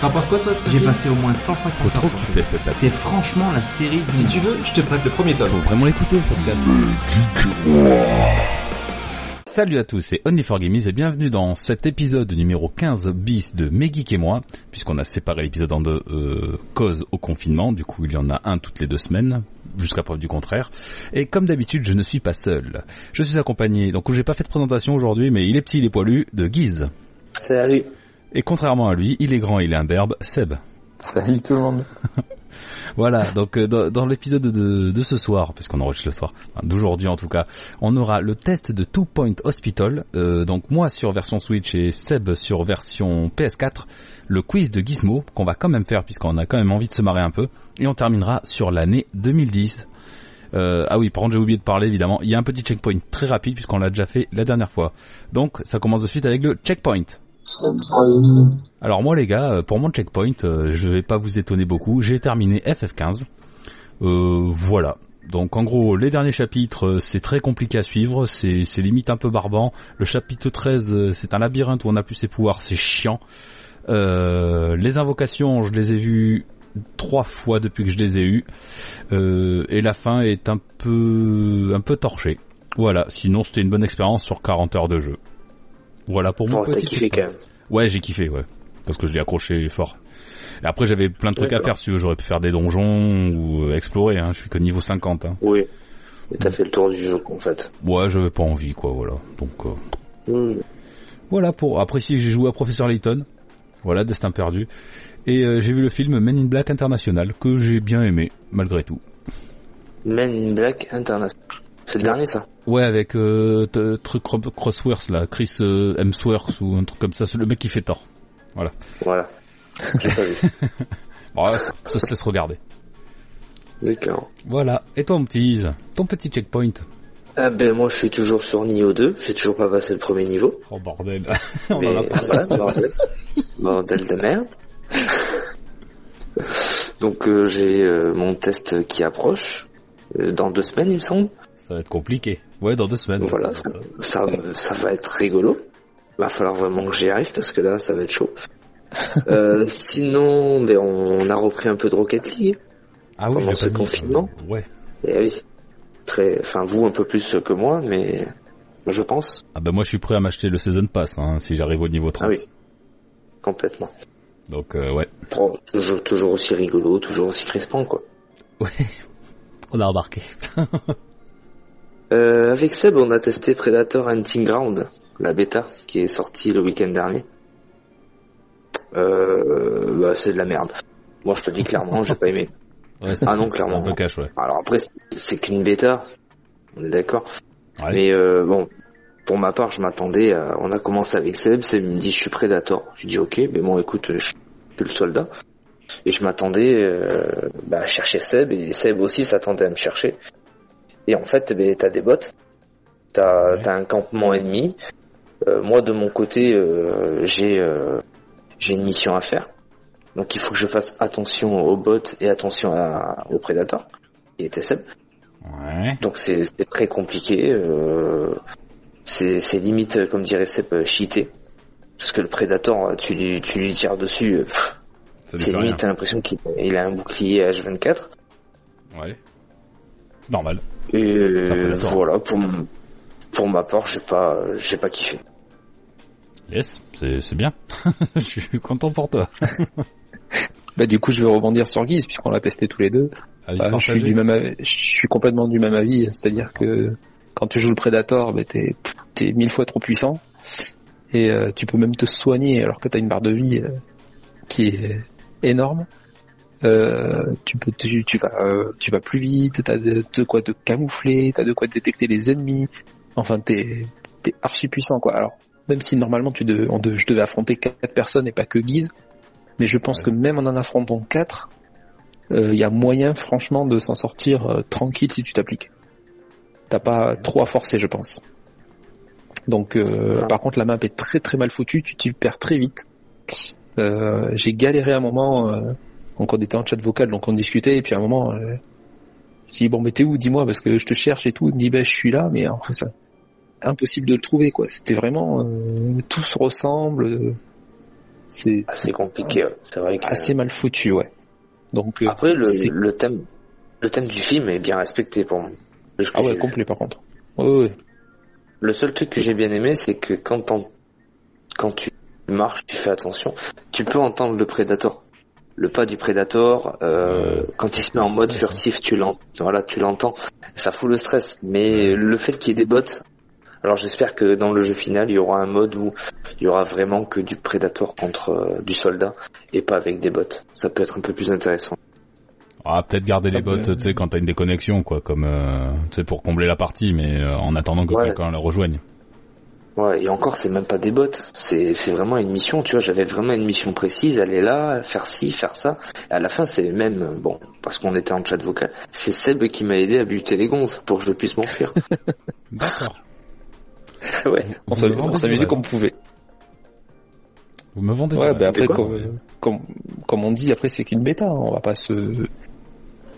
T'en penses quoi toi de ce J'ai film passé au moins 150 Faut heures trop sur que tu lui. testes cette table. C'est franchement la série. Si tu veux, je te prête le premier tome. Faut vraiment l'écouter ce podcast. Salut à tous, c'est only for gamers et bienvenue dans cet épisode numéro 15 bis de Mes Geeks et moi, puisqu'on a séparé l'épisode en deux euh, causes au confinement, du coup il y en a un toutes les deux semaines, jusqu'à preuve du contraire. Et comme d'habitude, je ne suis pas seul. Je suis accompagné, donc j'ai pas fait de présentation aujourd'hui, mais il est petit, il est poilu, de Guise. Salut. Et contrairement à lui, il est grand, il est imberbe, Seb. Salut tout le monde. Voilà, donc euh, dans, dans l'épisode de, de ce soir, puisqu'on enregistre le soir, enfin, d'aujourd'hui en tout cas, on aura le test de Two Point Hospital, euh, donc moi sur version Switch et Seb sur version PS4, le quiz de Gizmo, qu'on va quand même faire puisqu'on a quand même envie de se marrer un peu, et on terminera sur l'année 2010. Euh, ah oui, par contre j'ai oublié de parler évidemment, il y a un petit checkpoint très rapide puisqu'on l'a déjà fait la dernière fois. Donc ça commence de suite avec le checkpoint. Alors moi les gars, euh, pour mon checkpoint, euh, je vais pas vous étonner beaucoup, j'ai terminé FF15. Euh, voilà. Donc en gros, les derniers chapitres, euh, c'est très compliqué à suivre, c'est c'est limite un peu barbant. Le chapitre 13, euh, c'est un labyrinthe où on a plus ses pouvoirs, c'est chiant. Euh, les invocations, je les ai vues trois fois depuis que je les ai eues. Euh, et la fin est un peu un peu torchée. Voilà, sinon c'était une bonne expérience sur 40 heures de jeu. Voilà pour mon Bon, t'as petit kiffé checkpoint. quand même. Ouais, j'ai kiffé, ouais. Parce que je l'ai accroché fort. Et après, j'avais plein de trucs à D'accord. faire, si tu veux. J'aurais pu faire des donjons ou euh, explorer, hein. Je suis que niveau 50, hein. Oui. Mais t'as fait le tour du jeu en fait. Ouais, j'avais pas envie, quoi, voilà. Donc, euh, Hmm. voilà pour... Après, si j'ai joué à Professeur Layton. Voilà, Destin perdu. Et euh, j'ai vu le film Men in Black International, que j'ai bien aimé, malgré tout. Men in Black International. C'est le dernier ça. Ouais, avec euh, t- truc Cro- Crossworth, là. Chris euh, Hemsworth ou un truc comme ça. C'est le mec qui fait tort. Voilà. J'ai pas vu. Ouais, ça se laisse regarder. D'accord. Voilà. Et toi, mon petit Iz, Ton petit checkpoint Ah ben moi je suis toujours sur Nioh 2. J'ai toujours pas passé le premier niveau. Oh, bordel. On mais en a pas. voilà, bordel. Bordel de merde. Donc euh, j'ai euh, mon test qui approche. Euh, Dans deux semaines, il me semble. Ça va être compliqué. Ouais, dans deux semaines. Voilà, Ça- Ça, me- ça va être rigolo. Va falloir vraiment que j'y arrive parce que là, ça va être chaud. Euh, sinon, ben, on, on a repris un peu de Rocket League. Ah oui, pendant j'ai ce pas mis, confinement. euh, Ouais. Et oui, très, enfin vous un peu plus que moi, mais je pense. Ah bah moi je suis prêt à m'acheter le season pass hein, si j'arrive au niveau 30. Ah oui, complètement. Donc euh, ouais, Bon, toujours, toujours aussi rigolo, toujours aussi crispant quoi. on a remarqué. Euh, avec Seb, on a testé Predator Hunting Ground, la bêta qui est sortie le week-end dernier. Euh, bah, c'est de la merde. Moi, je te le dis clairement, j'ai pas aimé. Ouais, Ah non, c'est un clairement. peu cash ouais. Alors après, c'est- c'est qu'une bêta, on est d'accord. Ouais. Mais euh, bon, pour ma part, je m'attendais. à- On a commencé avec Seb, Seb me dit je suis prédateur. Je dis ok, mais bon, écoute, je suis le soldat. Et je m'attendais euh, bah, à chercher Seb, et Seb aussi s'attendait à me chercher. Et en fait, ben, t'as des bots, t'as Ouais. t'as un campement ennemi. Euh, moi, de mon côté, euh, j'ai euh, j'ai une mission à faire. Donc il faut que je fasse attention aux bots et attention à, aux prédateurs, qui était Seb. Ouais. Donc c'est c'est très compliqué. euh, c'est c'est limite, euh, comme dirait Seb, euh, cheaté. Parce que le prédateur, tu lui, tu lui tires dessus, euh, pff, Ça lui c'est fait rien. limite, t'as l'impression qu'il il a un bouclier H24. Ouais. C'est normal. Et C'est un euh, prédateur. voilà, pour, m- pour ma part, j'ai pas, euh, j'ai pas kiffé. Yes, c'est c'est bien. je suis content pour toi. Bah du coup je vais rebondir sur Guise puisqu'on l'a testé tous les deux. Avis Bah, je suis partagé. du même, avi- je suis complètement du même avis, c'est-à-dire que quand tu joues le Predator, bah, t'es t'es mille fois trop puissant et euh, tu peux même te soigner alors que t'as une barre de vie euh, qui est énorme. Euh, tu peux, tu, tu vas, euh, tu vas plus vite, t'as de, de quoi te camoufler, t'as de quoi détecter les ennemis. Enfin t'es t'es archi puissant quoi. Alors même si normalement tu devais, on devait- je devais affronter quatre personnes et pas que Guise, mais je pense Ouais. que même en en affrontant quatre il Euh, y a moyen franchement de s'en sortir euh, tranquille si tu t'appliques. T'as pas trop à forcer, je pense. Donc, euh, Ah. par contre, la map est très très mal foutue, tu t'y perds très vite. Euh, J'ai galéré un moment, euh, donc on était en chat vocal, donc on discutait, et puis à un moment, euh, je dis bon, mais t'es où Dis-moi parce que je te cherche et tout. Il me dit ben je suis là, mais en fait, ça, impossible de le trouver quoi. C'était vraiment euh, tout se ressemble. euh, C'est assez compliqué. ouais. C'est vrai que assez mal foutu, ouais. Donc euh, après le, c'est- le thème, le thème du film est bien respecté pour moi. Je- ah ouais, je- complet par contre. Ouais, ouais, ouais. Le seul truc que j'ai bien aimé, c'est que quand, t'en- quand tu marches, tu fais attention, tu peux entendre le prédateur. Le pas du prédateur, euh, quand il se met en mode furtif, tu l'entends. Voilà, tu l'entends. Ça fout le stress. Mais le fait qu'il y ait des bots, alors j'espère que dans le jeu final, il y aura un mode où il y aura vraiment que du prédateur contre euh, du soldat et pas avec des bots. Ça peut être un peu plus intéressant. Ah, peut-être garder les Ah, bots, ouais. tu sais, quand t'as une déconnexion, quoi, comme, euh, tu sais, pour combler la partie, mais euh, en attendant que Ouais. quelqu'un la rejoigne. Ouais, et encore, c'est même pas des bots, c'est c'est vraiment une mission, tu vois, j'avais vraiment une mission précise, aller là, faire ci, faire ça. Et à la fin, c'est même, euh, bon, parce qu'on était en chat vocal, c'est Seb qui m'a aidé à buter les gonzes pour que je puisse m'enfuir. D'accord. Ah ouais, On s'amusait- on s'amusait comme on pouvait. Vous me vendez Ouais, du ben, bah après, rêve. comme, comme, comme on dit, après c'est qu'une bêta, hein. on va pas se,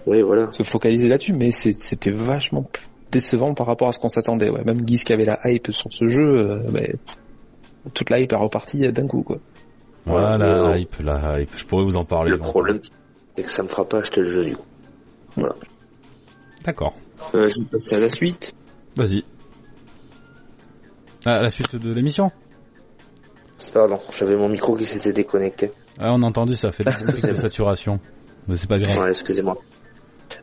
oui, voilà. se focaliser là-dessus, mais c'est- c'était vachement p- décevant par rapport à ce qu'on s'attendait. Ouais. Même Guise qui avait la hype sur ce jeu, euh, bah, toute la hype est repartie euh, d'un coup. Quoi. Voilà, Euh, la hype, la hype. Je pourrais vous en parler. Le longtemps. problème, c'est que ça me fera pas acheter le jeu, du coup. D'accord. Euh, je vais passer à la suite. Vas-y. Ah, la suite de l'émission Pardon, j'avais mon micro qui s'était déconnecté. Ah, on a entendu, ça fait des bruits de saturation. Mais c'est pas grave. Ouais, excusez-moi.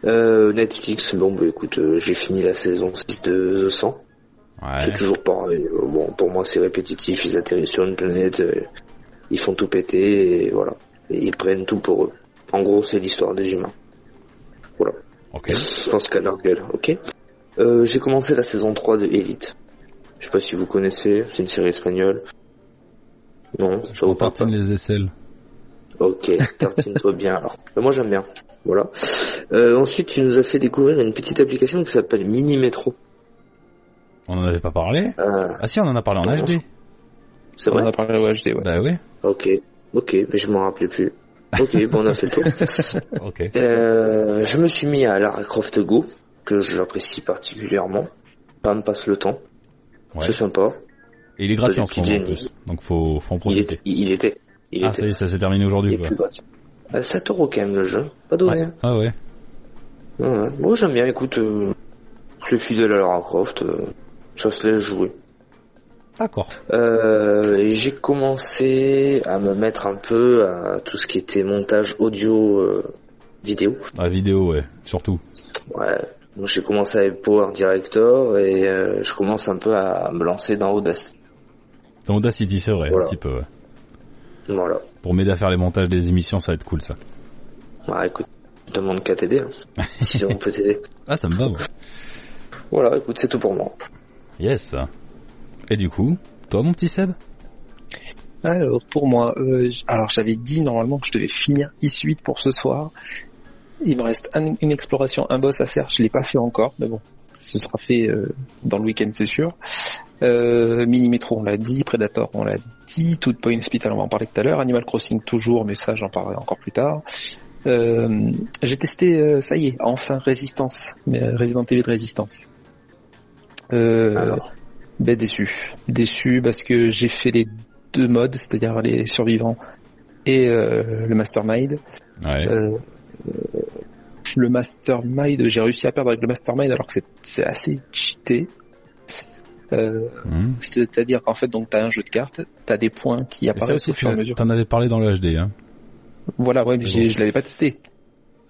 Euh, Netflix, bon, bah écoute, euh, j'ai fini la saison 6 de The 100. Ouais. C'est toujours pareil. Euh, Bon, pour moi, c'est répétitif. Ils atterrissent sur une planète, euh, ils font tout péter, et voilà. Et ils prennent tout pour eux. En gros, c'est l'histoire des humains. Ok. Je pense qu'à leur gueule, ok Euh, J'ai commencé la saison 3 de Elite. Je sais pas si vous connaissez, c'est une série espagnole. Non, ça vous On parle pas tartine les aisselles. Ok, tartine-toi bien alors. Mais moi j'aime bien. Voilà. Euh, ensuite, tu nous as fait découvrir une petite application qui s'appelle Mini Metro. On en avait pas parlé Euh, Ah si, on en a parlé en Non. HD. c'est On vrai en a parlé au HD, ouais. Bah oui. Ok, ok, mais je m'en rappelais plus. Ok, bon, on a fait le tour. Ok. Euh, je me suis mis à Lara Croft Go, que j'apprécie particulièrement. Pam passe le temps. Ouais. C'est sympa. Et il est gratuit Le en ce moment en petit plus. Donc faut, faut en Il, profiter. est- il était. Il Ah était. ça y est, ça s'est terminé il aujourd'hui est quoi. plus gratuit. À 7 euros quand même le jeu. Pas donné. hein. Ouais. Ah ouais. Ouais, ouais. Moi j'aime bien, écoute, euh, je suis fidèle à Lara Croft, euh, ça se laisse jouer. D'accord. Euh, et j'ai commencé à me mettre un peu à tout ce qui était montage audio euh, vidéo. La Ah, vidéo ouais, surtout. Ouais. Donc j'ai commencé avec Power Director et euh, je commence un peu à me lancer dans Audacity. Dans Audacity c'est vrai, Voilà. un petit peu ouais. Voilà. Pour m'aider à faire les montages des émissions ça va être cool ça. Bah écoute, je demande qu'à t'aider. hein. si on peut t'aider. Ah ça me va moi. Voilà, écoute, c'est tout pour moi. Yes. Et du coup, toi mon petit Seb Alors pour moi, euh, j- alors j'avais dit normalement que je devais finir I8 pour ce soir. Il me reste un- une exploration, un boss à faire. Je l'ai pas fait encore, mais bon, ce sera fait euh, dans le week-end, c'est sûr. Euh, Mini Metro, on l'a dit. Predator, on l'a dit. Tout Point Hospital, on va en parler tout à l'heure. Animal Crossing toujours, mais ça, j'en parlerai encore plus tard. Euh, J'ai testé, euh, ça y est, enfin Résistance, mais, euh, Resident Evil Résistance. Euh, Alors, ben déçu, déçu parce que j'ai fait les deux modes, c'est-à-dire les survivants et euh, le mastermind. Ouais. Euh, euh, le mastermind, j'ai réussi à perdre avec le mastermind alors que c'est- c'est assez cheaté. Euh, Hum. c'est-à-dire qu'en fait, donc t'as un jeu de cartes, t'as des points qui Et ça apparaissent aussi au tu fur et à mesure. t'en avais parlé dans le HD hein. Voilà, ouais, mais Mais j'ai- bon. je l'avais pas testé.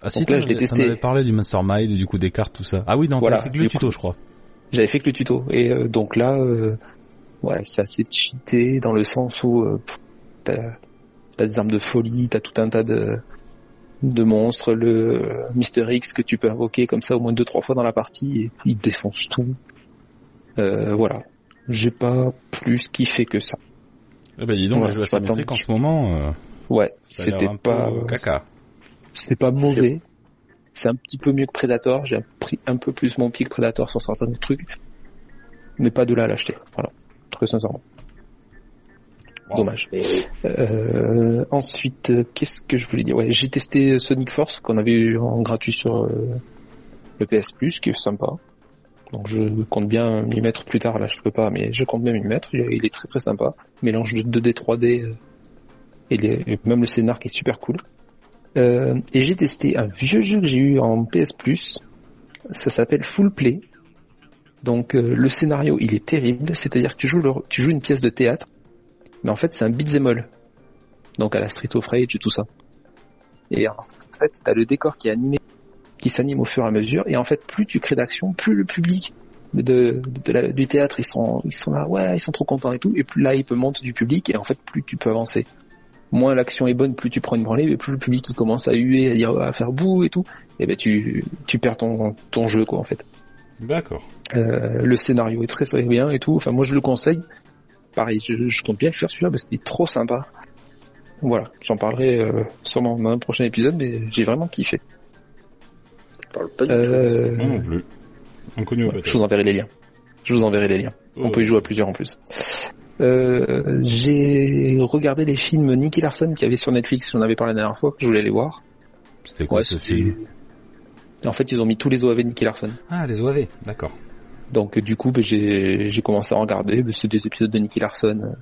Ah si, Donc là, t'en je l'ai avais- testé. t'en avais parlé du mastermind et du coup des cartes, tout ça. Ah oui, dans Voilà, c'est que le du tuto, je crois. J'avais fait que le tuto. Et euh, donc là, euh, ouais, c'est assez cheaté dans le sens où euh, pff, t'as t'as des armes de folie, t'as tout un tas de de monstres, le euh, Mister X que tu peux invoquer comme ça au moins deux trois fois dans la partie et il défonce tout. Euh, voilà, j'ai pas plus kiffé que ça. Eh ben dis donc, Ouais, je vais je vais s'amuser attendre. qu'en ce moment, euh, Ouais, ça a l'air c'était un peu, pas euh, caca. c'était pas mauvais. C'est un petit peu mieux que Predator. J'ai pris un peu plus mon pied que Predator sur certains trucs, mais pas de là à l'acheter. Voilà, très sincèrement. Wow. Dommage. et- Euh, ensuite, euh, qu'est-ce que je voulais dire Ouais, j'ai testé euh, Sonic Force qu'on avait eu en gratuit sur euh, le PS Plus, qui est sympa. Donc je compte bien m'y mettre plus tard. Là, je peux pas, mais je compte bien m'y mettre. Il il est très très sympa. Mélange de 2D 3D euh, et, les- et même le scénar qui est super cool. Euh, et j'ai testé un vieux jeu que j'ai eu en PS Plus. Ça s'appelle Full Play. Donc euh, le scénario, il est terrible. C'est-à-dire que tu joues, le- tu joues une pièce de théâtre, mais en fait c'est un beat'em all. Donc à la Street of Rage et tout ça. Et en fait, t'as le décor qui est animé, qui s'anime au fur et à mesure. Et en fait, plus tu crées d'action, plus le public de, de- de la- du théâtre, ils sont, ils sont là, ouais, ils sont trop contents et tout. Et plus la hype monte du public, et en fait, plus tu peux avancer. Moins l'action est bonne, plus tu prends une branlée, mais plus le public il commence à huer, à dire, à faire bouh et tout. Et ben tu, tu perds ton, ton jeu quoi en fait. D'accord. Euh, le scénario est très très bien et tout. Enfin, moi je le conseille. Pareil, je, je compte bien le faire celui-là parce qu'il est trop sympa. Voilà, j'en parlerai euh, sûrement dans un prochain épisode, mais j'ai vraiment kiffé. Je parle pas du Euh, Moi non plus. Inconnu au ouais, je vous enverrai les liens. Je vous enverrai les liens. On peut y jouer à plusieurs en plus. Euh, j'ai regardé les films Nicky Larson qu'il y avait sur Netflix, j'en avais parlé la dernière fois, je voulais les voir. Oh, C'était quoi Ouais, ce c'est- film En fait, ils ont mis tous les OAV de Nicky Larson. Ah, les OAV, d'accord. Donc euh, du coup, ben, j'ai j'ai commencé à en regarder. Ben, C'est des épisodes de Nicky Larson, euh,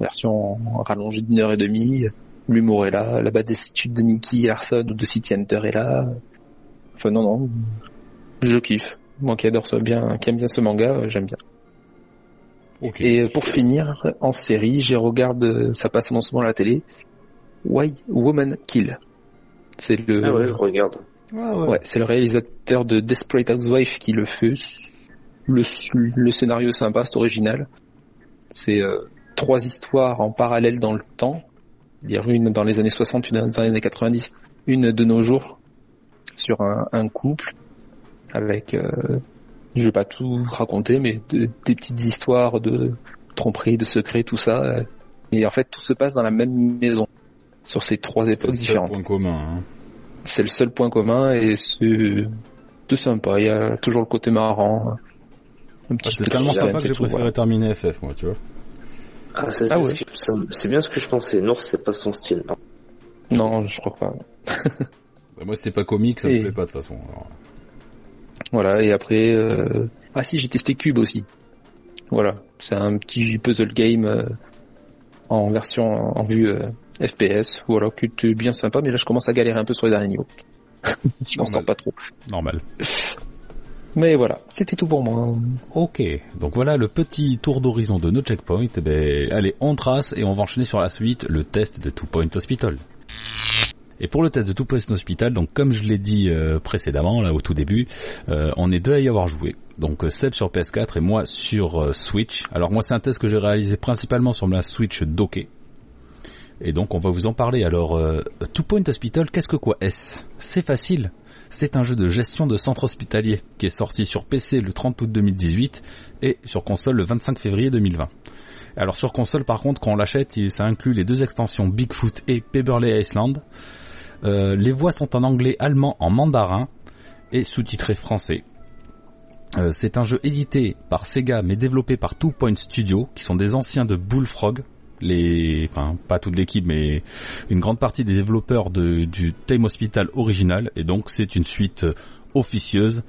version rallongée d'une heure et demie. L'humour est là, la badestitude de Nicky Larson ou de City Hunter est là. Enfin non, non, je kiffe. Moi qui adore ça bien, qui aime bien ce manga, euh, j'aime bien. Ok. Et euh, pour finir, en série, j'ai regarde, euh, ça passe en ce moment à la télé, Why Woman Kill. C'est tout. le, Ah ouais, je regarde. Ouais, c'est le réalisateur de Desperate Housewife qui le fait. Le, le scénario est sympa, c'est original. C'est euh, trois histoires en parallèle dans le temps. Il y a une dans les années 60, une dans les années 90, une de nos jours sur un, un couple avec, euh, je vais pas tout raconter, mais de- des petites histoires de tromperie, de secrets, tout ça. euh. Mais en fait, tout se passe dans la même maison sur ces trois C'est le époques seul différentes point commun. Ah, hein. c'est le seul point commun et c'est tout sympa. Il y a toujours le côté marrant. Un Ah, petit C'est peu de tellement suspense sympa que et j'ai tout, préféré voilà. terminer FF, moi, tu vois. Ah, c'est Ah bien, ouais. ce que- ça- c'est bien ce que je pensais. North, c'est pas son style. Non. Non, je crois pas. Bah, Moi, c'était pas comique, ça me Et- plaît pas de toute façon. alors. Voilà, et après... euh, Ah si, j'ai testé Cube aussi. Voilà, c'est un petit puzzle game euh, en version en vue euh, FPS. Voilà, qui était bien sympa, mais là je commence à galérer un peu sur les derniers niveaux. je m'en Normal. sors pas trop. Normal. Mais voilà, c'était tout pour moi. Ok, donc voilà le petit tour d'horizon de nos checkpoints. Eh ben, allez, on trace et on va enchaîner sur la suite, le test de Two Point Hospital. Et pour le test de Two Point Hospital, donc comme je l'ai dit euh, précédemment, là au tout début, euh, on est deux à y avoir joué. Donc euh, Seb sur PS4 et moi sur euh, Switch. Alors moi c'est un test que j'ai réalisé principalement sur la Switch dockée. Et donc on va vous en parler. Alors euh, Two Point Hospital, qu'est-ce que quoi est-ce C'est facile. C'est un jeu de gestion de centre hospitalier qui est sorti sur PC le 30 août 2018 et sur console le 25 février 2020. Alors sur console par contre quand on l'achète il- ça inclut les deux extensions Bigfoot et Pebberley Island. Euh, les voix sont en anglais, allemand, en mandarin et sous-titré français. Euh, c'est un jeu édité par Sega mais développé par Two Point Studio qui sont des anciens de Bullfrog. Les, enfin pas toute l'équipe mais une grande partie des développeurs de- du Theme Hospital original et donc c'est une suite euh, officieuse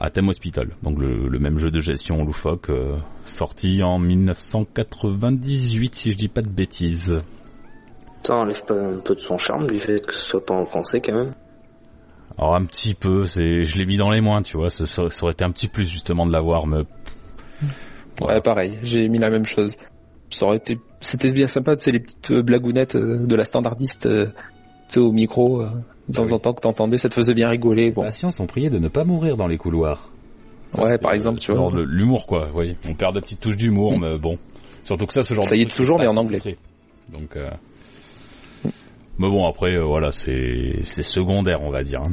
à Theme Hospital, donc le, le même jeu de gestion loufoque euh, sorti en 1998 si je dis pas de bêtises. Ça enlève pas un peu de son charme du fait que ce soit pas en français quand même. Alors un petit peu, c'est je l'ai mis dans les moins, tu vois, ça, ça- ça aurait été un petit plus justement de l'avoir, mais Ouais, pareil, j'ai mis la même chose. Ça aurait été, c'était bien sympa, tu sais, les petites euh, blagounettes euh, de la standardiste, euh, tu sais, au micro, euh, de temps en temps que t'entendais, ça te faisait bien rigoler. les Bon, patients sont priés de ne pas mourir dans les couloirs. Ah, Ça, ouais, c'était par le- exemple, tu ce genre vois. de- l'humour quoi, oui. On perd de petites touches d'humour, Mm. mais bon. Surtout que ça, ce genre Ça de y est truc, toujours, c'est mais pas en anglais. sous-titré. Donc, euh... mais bon, après, euh, voilà, c'est c'est secondaire, on va dire. hein.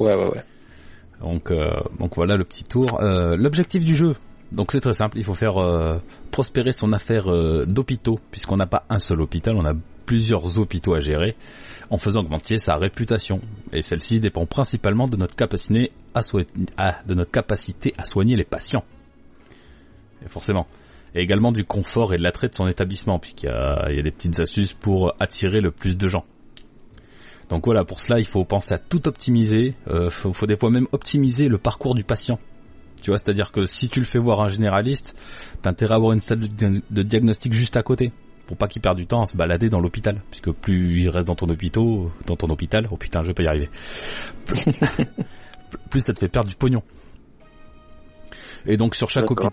Ouais, ouais, ouais. Donc, euh, donc voilà le petit tour. Euh, L'objectif du jeu, donc c'est très simple, il faut faire euh, prospérer son affaire euh, d'hôpitaux, puisqu'on n'a pas un seul hôpital, on a plusieurs hôpitaux à gérer, en faisant augmenter sa réputation. Et celle-ci dépend principalement de notre capacité à, soi- à- de notre capacité à soigner les patients. Et forcément. Et également du confort et de l'attrait de son établissement, puisqu'il y, a- il y a des petites astuces pour attirer le plus de gens. Donc voilà, pour cela, il faut penser à tout optimiser. Euh, faut, faut des fois même optimiser le parcours du patient. Tu vois, c'est-à-dire que si tu le fais voir un généraliste, t'as intérêt à avoir une salle de, de diagnostic juste à côté. pour pas qu'il perde du temps à se balader dans l'hôpital, puisque plus il reste dans ton hôpital, dans ton hôpital, oh putain, je vais pas y arriver. Plus, plus ça te fait perdre du pognon. Et donc sur chaque hôpital,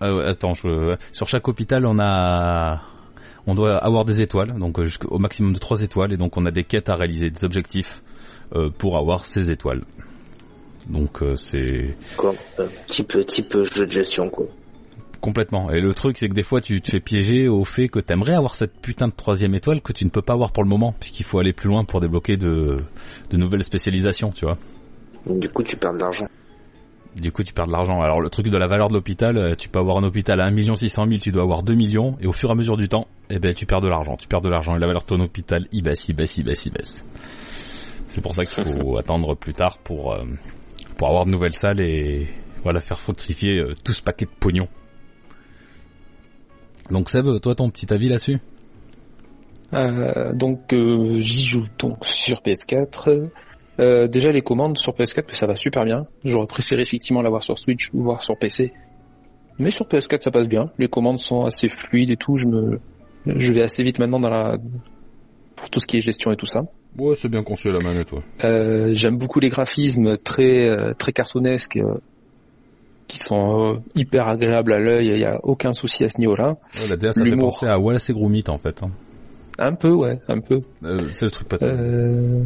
D'accord. attends, je- sur chaque hôpital, on a, on doit avoir des étoiles, donc euh, jusqu'au maximum de trois étoiles, et donc on a des quêtes à réaliser, des objectifs euh, pour avoir ces étoiles. Donc euh, c'est Quoi. Euh, type, type jeu de gestion, quoi. Complètement. Et le truc, c'est que des fois, tu te fais piéger au fait que t'aimerais avoir cette putain de troisième étoile que tu ne peux pas avoir pour le moment, puisqu'il faut aller plus loin pour débloquer de, de nouvelles spécialisations, tu vois. Donc, du coup, tu perds de l'argent. Du coup, tu perds de l'argent. Alors, le truc de la valeur de l'hôpital, euh, tu peux avoir un hôpital à 1 600 000, tu dois avoir 2 millions, et au fur et à mesure du temps, eh ben, tu perds de l'argent, tu perds de l'argent, et la valeur de ton hôpital, il baisse, il baisse, il baisse, il baisse. C'est pour ça qu'il faut attendre plus tard pour, euh, pour avoir de nouvelles salles et, voilà, faire fructifier euh, tout ce paquet de pognon. Donc, Seb, toi, ton petit avis là-dessus? Euh, donc euh, j'y joue donc sur PS4. Euh, déjà les commandes sur PS4 ça va super bien. J'aurais préféré effectivement l'avoir sur Switch ou voir sur PC. Mais sur PS4 ça passe bien. Les commandes sont assez fluides et tout. Je me, je vais assez vite maintenant dans la pour tout ce qui est gestion et tout ça. Ouais, c'est bien conçu la manette, ouais. Euh, j'aime beaucoup les graphismes très euh, très cartoonesques euh, qui sont euh, hyper agréables à l'œil. Il n'y a aucun souci à ce niveau-là. Ouais, la DS, ça fait L'humour. penser à Wallace et Gromit, en fait. hein. Un peu ouais, un peu. Euh, c'est le truc pas Euh,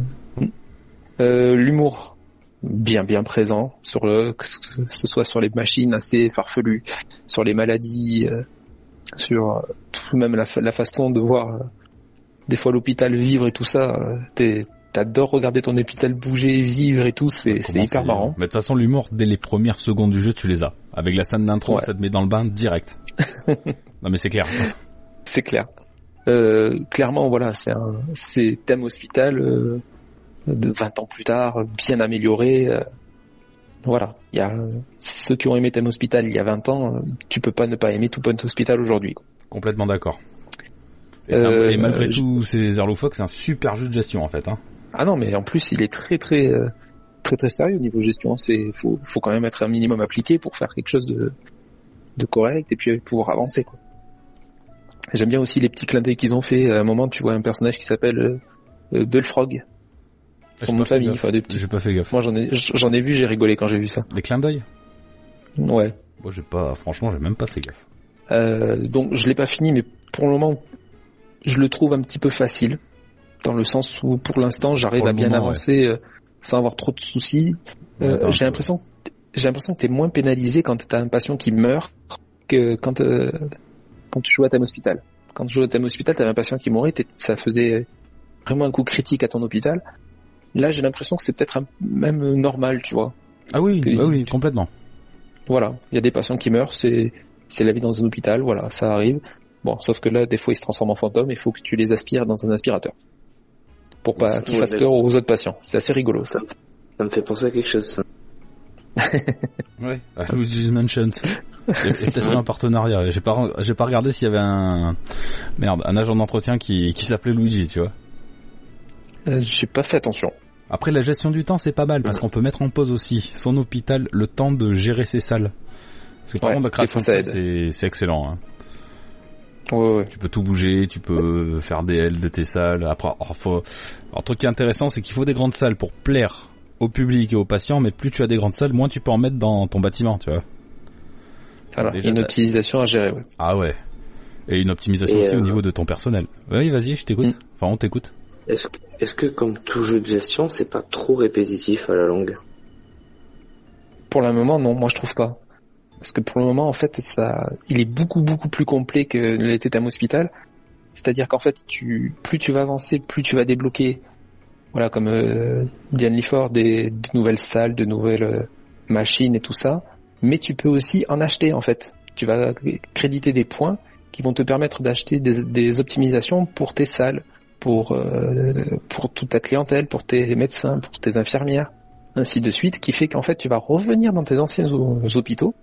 euh, L'humour bien bien présent sur le que ce que ce soit sur les machines assez farfelues, sur les maladies, euh, sur euh, tout même la, fa- la façon de voir euh, des fois l'hôpital vivre et tout ça. euh, t'es- T'adores regarder ton hôpital bouger, vivre et tout, c'est c'est Comment hyper marrant. Mais de toute façon, l'humour, dès les premières secondes du jeu, tu les as. Avec la scène d'intro, Ouais. ça te met dans le bain direct. non, mais c'est clair. C'est clair. Euh, clairement, voilà, c'est un, c'est thème hospital euh, de 20 ans plus tard, bien amélioré. euh, voilà, il y a euh, ceux qui ont aimé thème hospital il y a 20 ans, euh, tu peux pas ne pas aimer tout point hospital aujourd'hui. quoi. Complètement d'accord. Et, c'est un- Euh, et malgré je- tout, ces airs loufoques, c'est un super jeu de gestion, en fait. Hein. Ah non, mais en plus, il est très très euh, très très sérieux au niveau gestion. C'est faut faut quand même être un minimum appliqué pour faire quelque chose de de correct et puis euh, pouvoir avancer. quoi. J'aime bien aussi les petits clins d'œil qu'ils ont fait. À un moment, tu vois un personnage qui s'appelle euh, euh, Bullfrog, J'ai son nom pas de fait famille, gaffe. enfin des petits J'ai pas fait gaffe. Moi j'en ai j'en ai vu, j'ai rigolé quand j'ai vu ça. Des clins d'œil Ouais. Moi, j'ai pas, franchement, j'ai même pas fait gaffe. Euh, donc je l'ai pas fini, mais pour le moment, je le trouve un petit peu facile, dans le sens où pour l'instant j'arrive Pour le à bien moment, avancer euh, sans avoir trop de soucis. Euh, Attends, j'ai l'impression que t- j'ai l'impression que t'es moins pénalisé quand t'as un patient qui meurt que quand euh, quand tu joues à thème hospital. Quand tu joues à thème hospital, t'avais un patient qui mourait, t'es- ça faisait vraiment un coup critique à ton hôpital. Là, j'ai l'impression que c'est peut-être un- même normal, tu vois. Ah oui, que- ah oui, complètement. Voilà, il y a des patients qui meurent, c'est c'est la vie dans un hôpital, voilà, ça arrive. Bon, sauf que là, des fois, ils se transforment en fantômes, il faut que tu les aspires dans un aspirateur pour pas qu'ils Ouais, fassent peur d'accord. aux autres patients. C'est assez rigolo ça. Ça me fait penser à quelque chose, ça. Ouais. Ah. À Luigi's Mansion. Et- et peut-être un partenariat. J'ai pas, j'ai pas regardé s'il y avait un, merde, un agent d'entretien qui, qui s'appelait Luigi, tu vois. Euh, J'ai pas fait attention. Après, la gestion du temps, c'est pas mal Mm. parce qu'on peut mettre en pause aussi son hôpital, le temps de gérer ses salles. C'est par Ouais, contre la des création fois, de ça salles, aide. c'est c'est excellent. hein. Ouais, ouais. Tu peux tout bouger, tu peux faire des L de tes salles. Après, alors, faut- alors, le truc qui est intéressant, c'est qu'il faut des grandes salles pour plaire au public et aux patients, mais plus tu as des grandes salles, moins tu peux en mettre dans ton bâtiment, tu vois. Voilà, Déjà, une t'as- optimisation à gérer. ouais. Ah ouais. Et une optimisation Et, aussi euh, au niveau de ton personnel. Oui, vas-y, je Mm. t'écoute. Enfin, on t'écoute. Est-ce que, est-ce que, comme tout jeu de gestion, c'est pas trop répétitif à la longue Pour le moment, non, moi je trouve pas. Parce que pour le moment, en fait, ça, il est beaucoup beaucoup plus complet que l'était Tam Hospital. C'est-à-dire qu'en fait, tu, plus tu vas avancer, plus tu vas débloquer, voilà, comme euh, Diane Lifford, des, de nouvelles salles, de nouvelles euh, machines et tout ça. Mais tu peux aussi en acheter, en fait. Tu vas créditer des points qui vont te permettre d'acheter des, des optimisations pour tes salles, pour euh, pour toute ta clientèle, pour tes médecins, pour tes infirmières ainsi de suite, qui fait qu'en fait tu vas revenir dans tes anciens hô- hôpitaux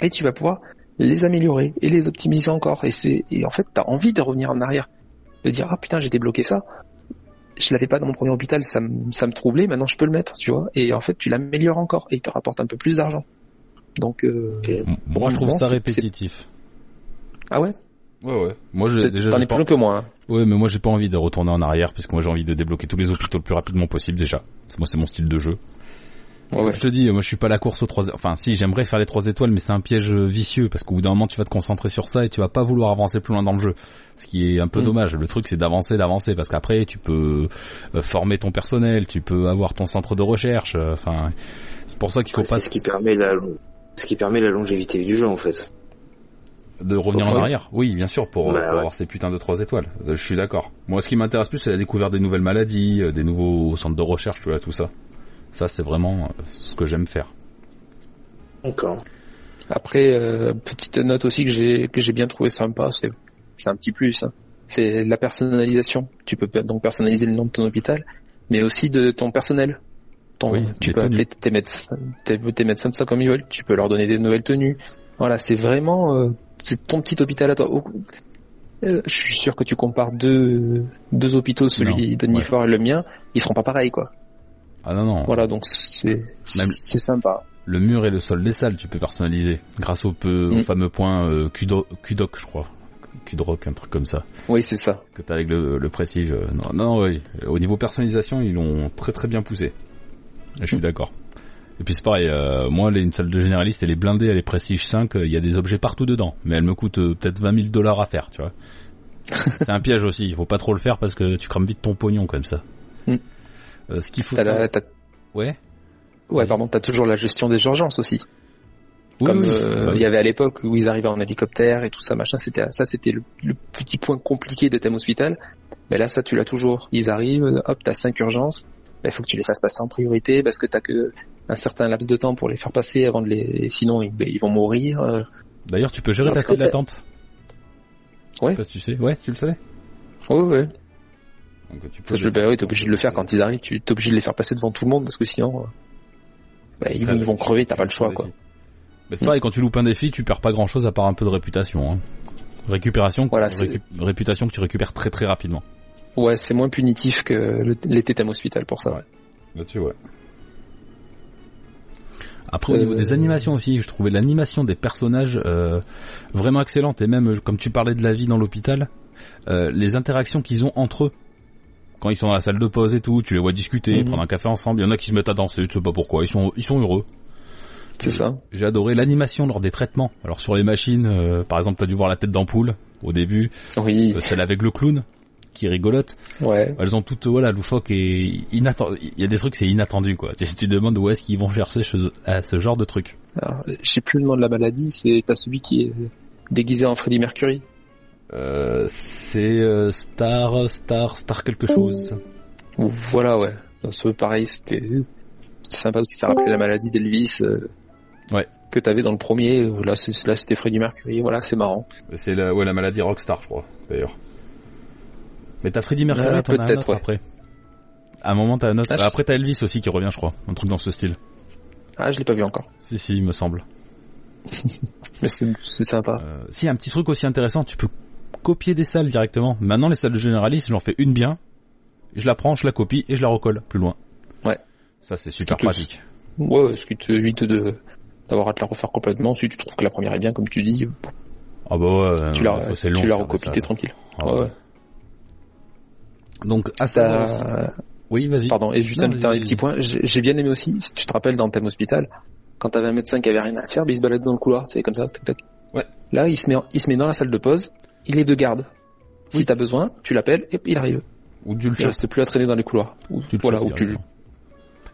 et tu vas pouvoir les améliorer et les optimiser encore. Et c'est et en fait t'as envie de revenir en arrière, de dire ah putain j'ai débloqué ça, je l'avais pas dans mon premier hôpital, ça me ça me troublait, maintenant je peux le mettre, tu vois. Et en fait tu l'améliores encore et il te rapporte un peu plus d'argent. Donc euh, Moi, je trouve Bon, ça c'est- répétitif. ah ouais. Ouais, ouais. Moi, j'ai Peut-être déjà. T'en j'ai es pas- plus long que moi. hein. Ouais, mais moi j'ai pas envie de retourner en arrière parce que moi j'ai envie de débloquer tous les hôpitaux le plus rapidement possible déjà. C'est- Moi c'est mon style de jeu. Ouais, ouais. Je te dis, moi je suis pas à la course aux trois. Enfin, si j'aimerais faire les trois étoiles, mais c'est un piège euh, vicieux parce qu'au bout d'un moment tu vas te concentrer sur ça et tu vas pas vouloir avancer plus loin dans le jeu. Ce qui est un peu Mm. dommage. Le truc c'est d'avancer, d'avancer parce qu'après tu peux euh, former ton personnel, tu peux avoir ton centre de recherche. euh, Enfin, c'est pour ça qu'il faut C'est pas ce qui permet la long- ce qui permet la longévité du jeu en fait. de revenir en Faut- arrière. Oui, bien sûr, pour, Bah, pour ouais. avoir ces putains de trois étoiles. Euh, Je suis d'accord. Moi, ce qui m'intéresse plus, c'est la découverte des nouvelles maladies, euh, des nouveaux centres de recherche, tu vois, tout ça. Ça, c'est vraiment euh, ce que j'aime faire. D'accord. Après, euh, petite note aussi que j'ai que j'ai bien trouvé sympa, c'est c'est un petit plus. hein. C'est la personnalisation. Tu peux per- donc personnaliser le nom de ton hôpital, mais aussi de ton personnel. Ton- Oui, tu des peux tenues. appeler tes médecins, tes, tes médecins de ça comme ils veulent. Tu peux leur donner des nouvelles tenues. Voilà, c'est vraiment euh, c'est ton petit hôpital à toi. Au- euh, je suis sûr que tu compares deux deux hôpitaux, celui de Nifor et le mien, ils seront pas pareils quoi. Ah non, non. Voilà, donc c'est c'est sympa. Le mur et le sol des salles, tu peux personnaliser grâce au, peu, au Mm. fameux point euh, Qdo- Qdoc, je crois. Qdroc, un truc comme ça. Oui, c'est ça. Que t'as avec le, le prestige. euh, Non, non, non, oui. Au niveau personnalisation, ils l'ont très très bien poussé. Je suis d'accord. Et puis c'est pareil, euh, moi, les, une salle de généraliste, elle est blindée, elle est prestige 5, euh, il y a des objets partout dedans. Mais elle me coûte euh, peut-être 20 000 dollars à faire, tu vois. c'est un piège aussi, il faut pas trop le faire parce que tu crames vite ton pognon comme ça. Mm. Euh, ce qu'il faut... T'as la- t'as- Ouais Ouais, pardon, t'as toujours la gestion des urgences aussi. Oui, Comme oui, Bah euh, oui. il y avait à l'époque où ils arrivaient en hélicoptère et tout ça, machin, c'était ça, c'était le, le petit point compliqué de thème hospital. Mais là, ça, tu l'as toujours. Ils arrivent, hop, t'as cinq urgences. Bah, Il faut que tu les fasses passer en priorité parce que t'as que un certain laps de temps pour les faire passer avant de les, sinon ils, ben, ils vont mourir. euh. D'ailleurs, tu peux gérer ta Parce file que- d'attente. Je Ouais. sais pas si tu sais. Ouais, tu le savais. Ouais, ouais, ouais. Donc, tu peux Parce que, ben ouais, t'es obligé de le faire quand ils arrivent. Tu t'es obligé de les faire passer devant tout le monde parce que sinon, euh, ben, ils, Après, ils vont tu- crever. T'as tu pas le loupes choix, un quoi. Mm. défi. Mais c'est pareil, quand tu loupes un défi, tu perds pas grand chose à part un peu de réputation. hein. Récupération, Voilà, que- c'est- récu- réputation que tu récupères très très rapidement. Ouais, c'est moins punitif que le- les thèmes hospital pour ça. Là-dessus, ouais. Après, au niveau Euh, des animations aussi, je trouvais l'animation des personnages euh, vraiment excellente. Et même, euh, comme tu parlais de la vie dans l'hôpital, euh, les interactions qu'ils ont entre eux. Quand ils sont dans la salle de pause et tout, tu les vois discuter, Mhm. prendre un café ensemble. Il y en a qui se mettent à danser, tu sais pas pourquoi. Ils sont, ils sont heureux. C'est ça. J'ai adoré l'animation lors des traitements. Alors sur les machines, euh, par exemple, t'as dû voir la tête d'ampoule au début, Oui. euh, celle avec le clown qui est rigolote. Ouais. Elles ont toutes voilà loufoques et inattendues. Il y a des trucs c'est inattendu quoi. Tu, tu te demandes où est-ce qu'ils vont chercher ce, à ce genre de truc. Alors, je sais plus le nom de la maladie, c'est t'as celui qui est déguisé en Freddie Mercury. Euh, c'est euh, star star star quelque Oh. chose. Ou- Voilà, ouais. Dans ce pareil, c'était c'était sympa aussi, ça rappelait la maladie d'Elvis. euh, Ouais. Que t'avais dans le premier, euh, là, c'est- là c'était Freddie Mercury, voilà, c'est marrant. C'est la, ouais, la maladie Rockstar, je crois, d'ailleurs. Mais t'as Freddie Mercury, Ouais, t'en as un peut-être, autre ouais. après. À un moment t'as un autre. Bah, Ah, je- Après t'as Elvis aussi qui revient je crois. Un truc dans ce style. Ah, je l'ai pas vu encore, Si si il me semble. mais c'est c'est sympa. Euh, si un petit truc aussi intéressant, tu peux copier des salles directement. Maintenant, les salles de généralistes, j'en fais une bien, je la prends, je la copie et je la recolle plus loin. Ouais. Ça, c'est super Tout- pratique. Ouais, ouais, ce qui t'évite de d'avoir à te la refaire complètement, si tu trouves que la première est bien, comme tu dis, Ah bah ouais, tu euh, la, faut- c'est long tu de faire la des recopies, salles. t'es tranquille. Ah Ouais, ouais. ouais. Donc, à T'as- ça. Oui, vas-y. Pardon, et juste Non, un vas-y, dernier vas-y. petit point, j'ai j'ai bien aimé aussi, si tu te rappelles dans Thème Hospital, quand t'avais un médecin qui avait rien à faire, mais il se balade dans le couloir, tu sais, comme ça, tac tac. Ouais. Là, il se, met en- il se met dans la salle de pause, il est de garde. Si Oui. t'as besoin, tu l'appelles et il arrive. Ou du le Il reste plus à traîner dans les couloirs. Ou, Tu le voilà, chopes ou tu directement.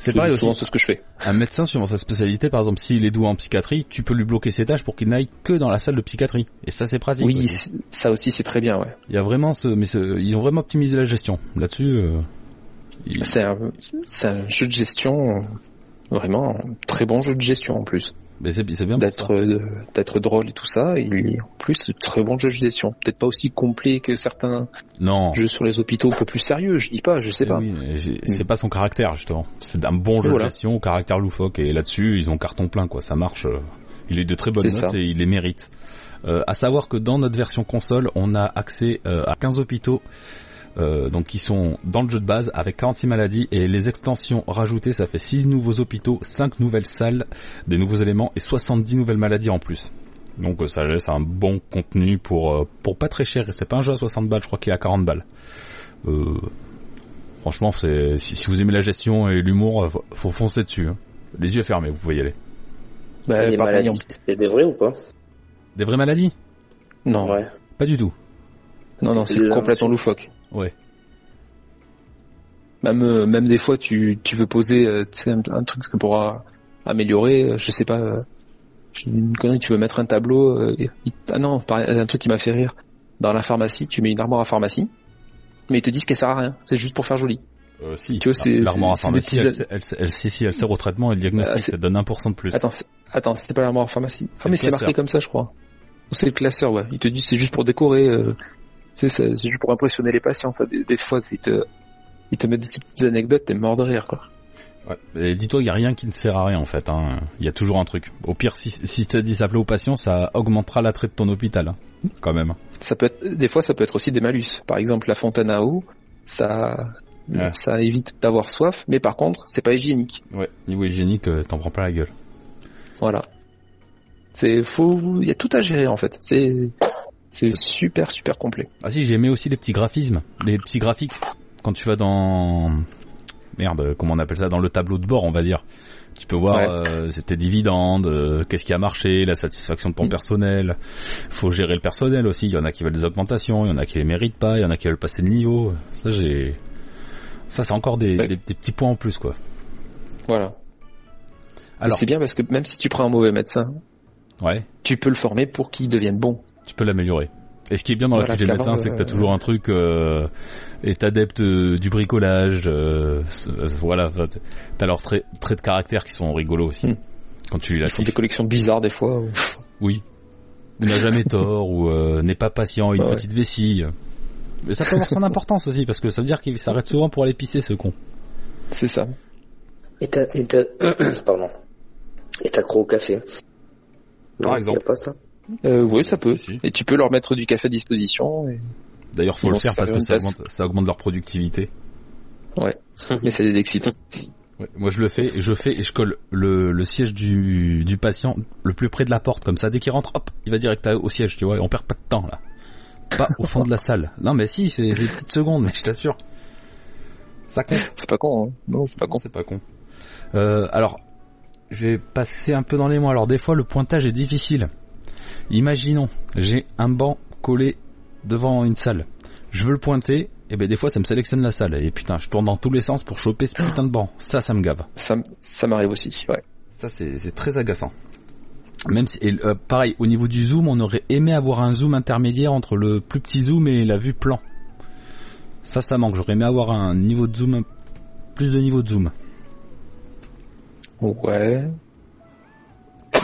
C'est c'est pareil aussi. souvent c'est ce que je fais. Un médecin, suivant sa spécialité, par exemple, s'il est doué en psychiatrie, tu peux lui bloquer ses tâches pour qu'il n'aille que dans la salle de psychiatrie. Et ça, c'est pratique. Oui, aussi. c'est- ça aussi c'est très bien, ouais. Il y a vraiment ce, mais ce- ils ont vraiment optimisé la gestion. Là-dessus, euh, ils- C'est un, c'est un jeu de gestion, euh, vraiment un très bon jeu de gestion en plus. mais c'est c'est bien. pour ça. d'être euh, d'être drôle et tout ça. Il est en plus très bon jeu de gestion. Peut-être pas aussi complet que certains Non. jeux sur les hôpitaux, un peu plus sérieux. Je dis pas, je sais Eh pas. oui, mais j'ai- c'est pas son caractère justement. C'est un bon jeu Voilà. de gestion au caractère loufoque et là-dessus ils ont carton plein quoi. Ça marche. euh, Il est de très bonnes C'est notes ça. et il les mérite. Euh, à savoir que dans notre version console, on a accès euh, à 15 hôpitaux. euh, donc qui sont dans le jeu de base avec 46 maladies et les extensions rajoutées ça fait 6 nouveaux hôpitaux, 5 nouvelles salles, des nouveaux éléments et 70 nouvelles maladies en plus. Donc euh, ça laisse un bon contenu pour euh, pour pas très cher. C'est pas un jeu à 60 balles, je crois qu'il est à 40 balles. Euh, franchement, c'est si, si vous aimez la gestion et l'humour, euh, faut, faut foncer dessus. hein. Les yeux fermés, vous pouvez y aller. Bah, Il y a des par maladies. contre, Il y a des vrais ou pas Des vraies maladies il y a- Non, Ouais. Pas du tout. non, non, C'est c'est des complètement loufoque. Ouais. Même, euh, même des fois, tu, tu veux poser euh, tu sais, un, un truc que pourra améliorer, euh, je sais pas, euh, je dis une connerie, tu veux mettre un tableau. euh, et- il- ah non, par- un truc qui m'a fait rire. Dans la pharmacie, tu mets une armoire à pharmacie, mais ils te disent qu'elle sert à rien. C'est juste pour faire joli. Euh, si. Tu vois, c'est L'armoire à c'est- c'est des pharmacie, elle, petits- elle- elle- si, si, elle sert au traitement et au diagnostic, Ah, c'est- ça donne 1% de plus. Attends, c'est- attends, c'est pas l'armoire à pharmacie. C'est Ah mais le c'est marqué classeur. comme ça, je crois. Ou c'est le classeur, ouais. Ils te disent c'est juste pour décorer. euh, tu sais, c'est c'est juste pour impressionner les patients. Enfin, des, des fois, ils te, ils te mettent ces petites anecdotes, t'es mort de rire, quoi. Ouais. Et dis-toi, il y a rien qui ne sert à rien en fait. hein. Il y a toujours un truc. Au pire, si, si t'as dit ça plaît aux patients, ça augmentera l'attrait de ton hôpital, hein. quand même. ça peut être, des fois, ça peut être aussi des malus. Par exemple, la fontaine à eau, ça, Ouais. ça évite d'avoir soif, mais par contre, c'est pas hygiénique. Ouais. Niveau hygiénique, euh, t'en prends pas la gueule. Voilà. C'est faux, il y a tout à gérer, en fait. C'est, c'est super, super complet. Ah si, j'ai aimé aussi les petits graphismes, les petits graphiques. Quand tu vas dans merde, comment on appelle ça, dans le tableau de bord, on va dire. Tu peux voir Ouais. euh, tes dividendes, euh, qu'est-ce qui a marché, la satisfaction de ton Mm. personnel. Faut gérer le personnel aussi. Il y en a qui veulent des augmentations, il y en a qui les méritent pas, il y en a qui veulent passer de niveau. Ça j'ai, ça c'est encore des, Ouais. des- des petits points en plus quoi. Voilà. Alors. Alors- C'est bien parce que même si tu prends un mauvais médecin, Ouais, tu peux le former pour qu'il devienne bon. tu peux l'améliorer. Et ce qui est bien dans la Voilà, fiche des clairement, médecins, c'est que t'as euh, toujours un truc, euh, et t'es adepte euh, du bricolage, euh, c- euh, voilà, enfin, t- t'as leurs traits, traits de caractère qui sont rigolos aussi. Hmm. Quand tu lis la Ils font fiche, des collections bizarres des fois. ou- oui, n'a jamais tort ou euh, n'est pas patient, une Bah Ouais, ouais. petite vessie. Mais ça peut avoir son importance aussi parce que ça veut dire qu'il s'arrête souvent pour aller pisser ce con. C'est ça. Et t'as, et t'as, pardon. Et t'as croc au café. Par Non, exemple. y a pas ça. Euh, oui, ça peut. Si, si. Et tu peux leur mettre du café à disposition. et- D'ailleurs, faut Ils le vont faire se parce servir que une ça tasse. augmente, ça augmente leur productivité. Mais c'est excitant. Ouais, moi je le fais, et je fais et je colle le, le siège du, du patient le plus près de la porte, comme ça dès qu'il rentre, hop, il va direct à- au siège, tu vois, et on perd pas de temps là. Pas au fond de la salle. Non mais si, c'est des petites secondes, mais je t'assure. Ça compte. C'est pas con. Hein. Non, c'est pas con. C'est pas con. Euh, alors, je vais passer un peu dans les mots. Alors des fois le pointage est difficile. Imaginons, j'ai un banc collé devant une salle. Je veux le pointer, et ben des fois ça me sélectionne la salle. Et putain, je tourne dans tous les sens pour choper ce putain de banc. Ça, ça me gave. Ça, m- ça m'arrive aussi. Ouais. Ça, c'est c'est très agaçant. Même si, et, euh, pareil, au niveau du zoom, on aurait aimé avoir un zoom intermédiaire entre le plus petit zoom et la vue plan. Ça, ça manque. J'aurais aimé avoir un niveau de zoom, plus de niveau de zoom. Ouais.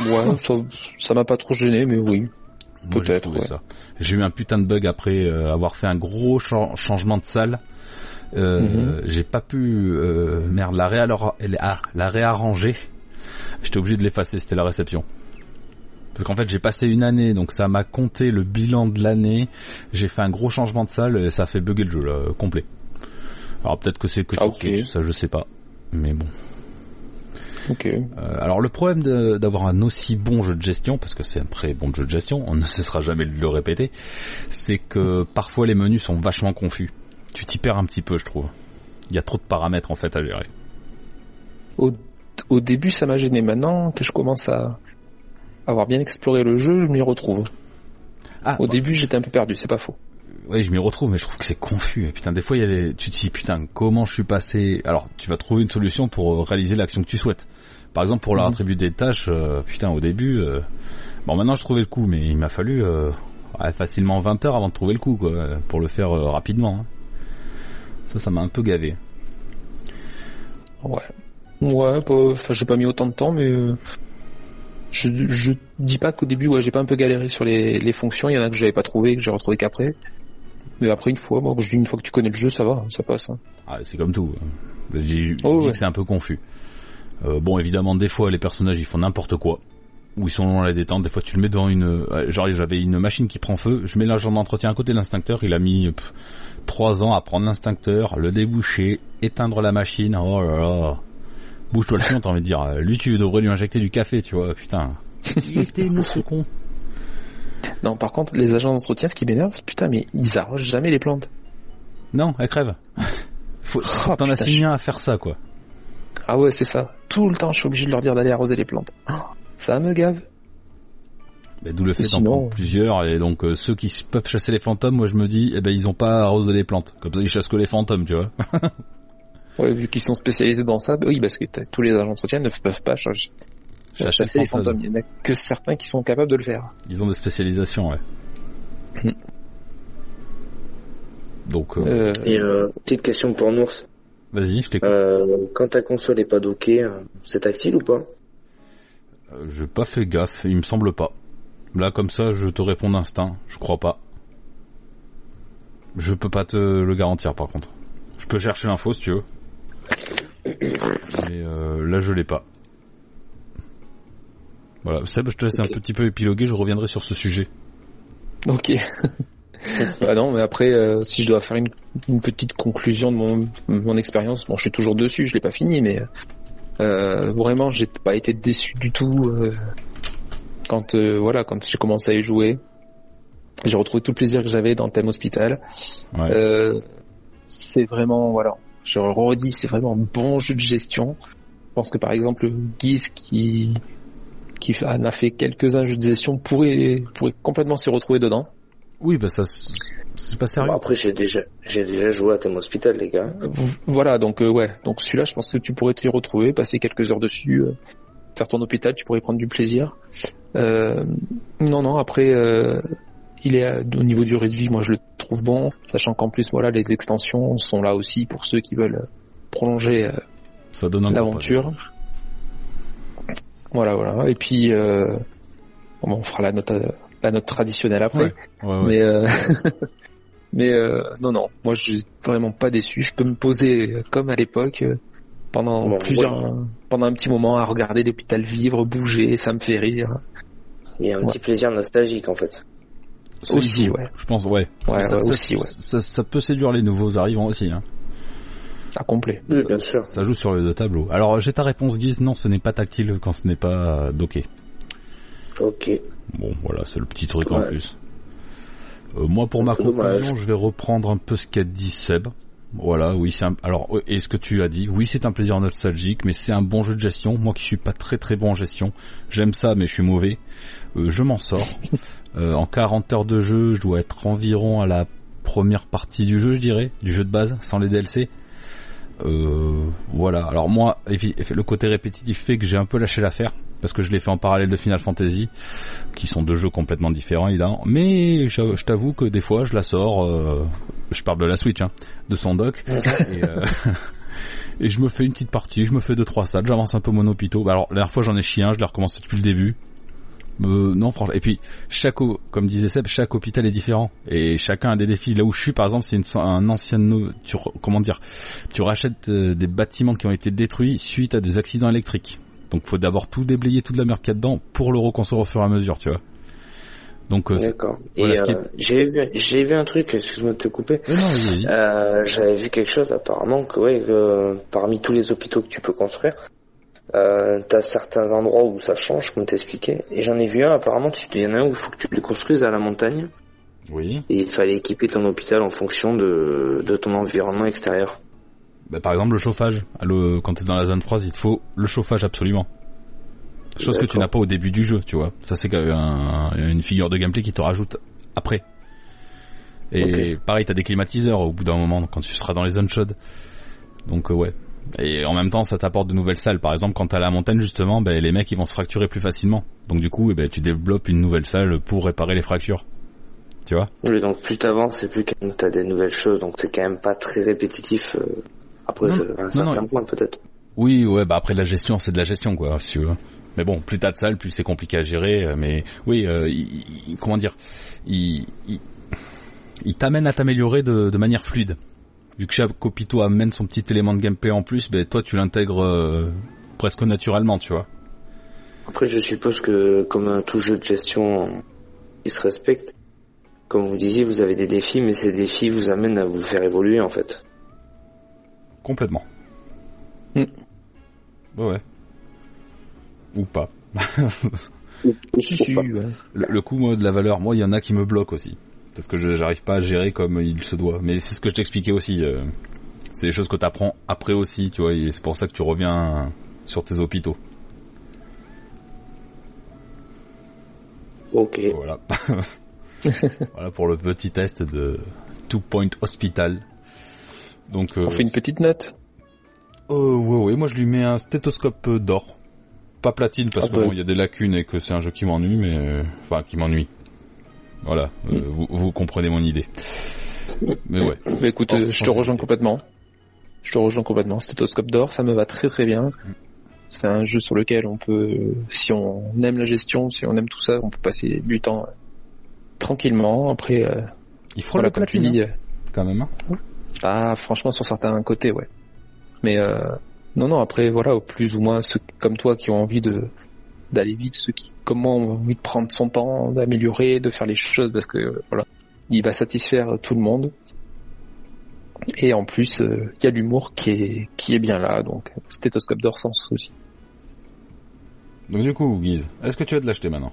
Ouais, ça, ça m'a pas trop gêné, mais oui. Moi, j'ai Peut-être, trouvé ouais. ça. J'ai eu un putain de bug après euh, avoir fait un gros chan- changement de salle. Euh, Mhm. J'ai pas pu, euh, merde, la, réalor- la- la réarranger. J'étais obligé de l'effacer. C'était la réception. Parce qu'en fait, j'ai passé une année, donc ça m'a compté le bilan de l'année. J'ai fait un gros changement de salle et ça a fait bugger le jeu là, euh, complet. Alors peut-être que c'est que Ah, sur ok. Switch, ça je sais pas. Mais bon. Ok. Euh, alors le problème de- d'avoir un aussi bon jeu de gestion, parce que c'est un très bon jeu de gestion, on ne cessera jamais de le répéter, c'est que parfois les menus sont vachement confus. Tu t'y perds un petit peu, je trouve. Il y a trop de paramètres en fait à gérer. Au, au début, ça m'a gêné. Maintenant que je commence à avoir bien exploré le jeu, je m'y retrouve. Ah, Au début, j'étais un peu perdu, c'est pas faux. Oui, je m'y retrouve, mais je trouve que c'est confus. Et Putain, des fois, il y a des... tu te dis, putain, comment je suis passé Alors, tu vas trouver une solution pour euh, réaliser l'action que tu souhaites. Par exemple, pour leur Mhm. attribuer des tâches, euh, putain, au début... euh, Bon, maintenant, je trouvais le coup, mais il m'a fallu euh, ouais, facilement 20 heures avant de trouver le coup, quoi, euh, pour le faire euh, rapidement. hein. Ça, ça m'a un peu gavé. Ouais. Ouais, pas- enfin, j'ai pas mis autant de temps, mais euh, je, je dis pas qu'au début, ouais, j'ai pas un peu galéré sur les, les fonctions. Il y en a que j'avais pas trouvé, que j'ai retrouvé qu'après. Mais après, une fois, bon, je dis une fois que tu connais le jeu, ça va, ça passe. hein. Ah, c'est comme tout. Je dis, je Oh, dis ouais. que c'est un peu confus. Euh, bon, évidemment, des fois, les personnages, ils font n'importe quoi. Ou ils sont longs à la détente. Des fois, tu le mets devant une... euh, Genre, j'avais une machine qui prend feu. Je mets l'agent d'entretien à côté de l'instincteur. Il a mis euh, pff, trois ans à prendre l'instincteur, le déboucher, éteindre la machine. Oh là là. Bouge-toi le chien, t'as envie de dire. Euh, Lui, tu devrais lui injecter du café, tu vois. Putain. Il était mou, ce con. Non, par contre, les agents d'entretien, ce qui m'énerve, putain, mais ils arrosent jamais les plantes. Non, elle crève. Faut, Oh, t'en putain, as signé un à faire ça, quoi. Ah ouais, c'est ça. Tout le temps, je suis obligé de leur dire d'aller arroser les plantes. Oh, ça me gave. Mais D'où le fait d'en sinon- prendre plusieurs, et donc euh, ceux qui s- peuvent chasser les fantômes, moi je me dis, eh ben ils ont pas arrosé les plantes. Comme ça ils chassent que les fantômes, tu vois. Ouais, vu qu'ils sont spécialisés dans ça, bah oui, parce que t'as- tous les agents d'entretien ne peuvent pas changer. Chasser Chasser les les fantômes. fantômes, il y en a que certains qui sont capables de le faire. Ils ont des spécialisations, ouais. Hmm. donc, euh, Euh, Et euh, petite question pour Nours. vas-y, je t'écoute. Euh, quand ta console est pas dockée, euh, c'est tactile ou pas Euh, J'ai pas fait gaffe, il me semble pas. Là, comme ça, je te réponds d'instinct, je crois pas. Je peux pas te le garantir, par contre. Je peux chercher l'info si tu veux. Mais euh, là, je l'ai pas. Voilà, Seb, je te laisse Ok. un petit peu épiloguer, je reviendrai sur ce sujet. Ok. bah non, mais après, euh, si je dois faire une, une petite conclusion de mon, mon expérience, bon, je suis toujours dessus, je l'ai pas fini, mais euh, vraiment, j'ai pas été déçu du tout euh, quand euh, voilà, quand j'ai commencé à y jouer. J'ai retrouvé tout le plaisir que j'avais dans le thème hospital. Ouais. Euh, c'est vraiment, voilà, je le redis, c'est vraiment un bon jeu de gestion. Je pense que par exemple, Guise qui qui en a fait quelques-uns jeux de gestion pourrait pourrait complètement s'y retrouver dedans. Oui, bah ça, s- c'est pas sérieux. Bon, Après, j'ai déjà, j'ai déjà joué à Thème Hospital, les gars. V- Voilà, donc euh, ouais, donc celui-là, je pense que tu pourrais t'y retrouver, passer quelques heures dessus, euh, faire ton hôpital, tu pourrais prendre du plaisir. Euh, non, non, après, euh, il est à- au niveau durée de vie, moi je le trouve bon, sachant qu'en plus, voilà, les extensions sont là aussi pour ceux qui veulent prolonger euh, Ça donne un coup, l'aventure. Voilà, voilà. Et puis, euh, bon, on fera la note, euh, la note traditionnelle après. pas mal. Ouais, ouais. Mais, euh, mais euh, non, non, moi je suis vraiment pas déçu. Je peux me poser euh, comme à l'époque euh, pendant Bon, plusieurs, pendant un petit moment à regarder l'hôpital vivre, bouger, ça me fait rire. Il y a un Ouais. petit plaisir nostalgique, en fait. Ceci, aussi, ouais. Je pense, ouais. Ouais, ça, ouais, ça- aussi, ouais, ça- ça peut séduire les nouveaux arrivants aussi, hein. à complet. Oui, bien sûr. Ça joue sur les deux tableaux. Alors j'ai ta réponse Guise, non ce n'est pas tactile quand ce n'est pas euh, docké. Ok. Bon voilà, c'est le petit truc en Ouais. plus. Euh, moi pour ma C'est dommage. conclusion, je vais reprendre un peu ce qu'a dit Seb. Voilà, oui, c'est un... Alors, euh, et ce que tu as dit, oui, c'est un plaisir nostalgique, mais c'est un bon jeu de gestion. Moi qui suis pas très très bon en gestion, j'aime ça, mais je suis mauvais. Euh, je m'en sors. Euh, en 40 heures de jeu, je dois être environ à la première partie du jeu, je dirais, du jeu de base, sans les DLC. Euh, voilà. Alors moi, évi- le côté répétitif fait que j'ai un peu lâché l'affaire parce que je l'ai fait en parallèle de Final Fantasy, qui sont deux jeux complètement différents, évidemment. Mais je, je t'avoue que des fois, je la sors. euh, je parle de la Switch, hein, de son dock. et, euh, et je me fais une petite partie, je me fais deux trois salles, j'avance un peu mon hôpital. Bah, alors la dernière fois, j'en ai chien, je l'ai recommencé depuis le début. Euh, non, franchement. Et puis, chaque, ho- comme disait Seb, chaque hôpital est différent. Et chacun a des défis. Là où je suis, par exemple, c'est une- un ancien, no- tu, re- comment dire, tu rachètes euh, des bâtiments qui ont été détruits suite à des accidents électriques. Donc, faut d'abord tout déblayer, toute la merde qu'il y a dedans pour le reconstruire au fur et à mesure, tu vois. Donc, euh, c'est- D'accord. Voilà Et ce qui est- euh, j'ai vu, j'ai vu un truc, excuse-moi de te couper. Eh non, vas-y, vas-y. Euh, j'avais vu quelque chose apparemment que ouais, que parmi tous les hôpitaux que tu peux construire, euh, t'as certains endroits où ça change, comme t'expliquais. Et j'en ai vu un apparemment, tu- il y en a un où il faut que tu le construises à la montagne Oui. et il fallait équiper ton hôpital en fonction de, de ton environnement extérieur. Bah, par exemple, le chauffage. À l'eau- quand t'es dans la zone froide, il te faut le chauffage absolument. Chose que tu D'accord. n'as pas au début du jeu, tu vois. Ça, c'est un- une figure de gameplay qui te rajoute après. Et pareil, t'as des climatiseurs au bout d'un moment quand tu seras dans les zones chaudes. Donc euh, ouais. Et en même temps, ça t'apporte de nouvelles salles. Par exemple, quand t'es à la montagne, justement, ben, les mecs ils vont se fracturer plus facilement. Donc du coup, eh ben, tu développes une nouvelle salle pour réparer les fractures. Tu vois Oui, donc plus t'avances et plus quand même t'as des nouvelles choses, donc c'est quand même pas très répétitif. euh, après Non, euh, à un certain non. point peut-être. Oui, ouais, bah après la gestion, c'est de la gestion, quoi, si tu veux. Mais bon, plus t'as de salles, plus c'est compliqué à gérer. euh, Mais oui, euh, il- il- comment dire, il, il, il t'amène à t'améliorer de, de manière fluide. Vu que chaque hôpital amène son petit élément de gameplay en plus, ben toi tu l'intègres euh, presque naturellement, tu vois. Après, je suppose que, comme euh, tout jeu de gestion qui se respecte, comme vous disiez, vous avez des défis, mais ces défis vous amènent à vous faire évoluer, en fait. Complètement. Hmm. Ouais, ouais. Ou pas. Ou- ou Si, pour si, pas. ouais. Le, le coût moi, de la valeur, moi, il y en a qui me bloquent aussi. Parce que je j'arrive pas à gérer comme il se doit. Mais c'est ce que je t'expliquais aussi. euh, c'est des choses que t'apprends après aussi, tu vois. Et c'est pour ça que tu reviens sur tes hôpitaux. Ok. Voilà. voilà pour le petit test de Two Point Hospital. Donc, euh, On fait une petite note. euh, ouais, ouais, moi je lui mets un stéthoscope euh, d'or. Pas platine parce Ah que bah. bon, il y a des lacunes et que c'est un jeu qui m'ennuie, mais euh, enfin qui m'ennuie. Voilà, euh, vous, vous comprenez mon idée. Mais ouais. Bah, écoute, Oh, euh, je te oh, rejoins c'était- complètement. Je te rejoins complètement. Stéthoscope d'or, ça me va très très bien. C'est un jeu sur lequel on peut, si on aime la gestion, si on aime tout ça, on peut passer du temps euh, tranquillement. Après, euh, Il frôle voilà, la comme tu platine dis, euh, hein, quand même. hein. Ah, franchement, sur certains côtés, ouais. Mais euh, non, non, après, voilà, au plus ou moins ceux comme toi qui ont envie de d'aller vite, ceux qui, comme moi, ont envie de prendre son temps, d'améliorer, de faire les choses, parce que, euh, voilà, il va satisfaire tout le monde. Et en plus, euh, il y a l'humour qui est, qui est bien là, donc stéthoscope d'or sans souci. Donc du coup, Guise, est-ce que tu vas te l'acheter maintenant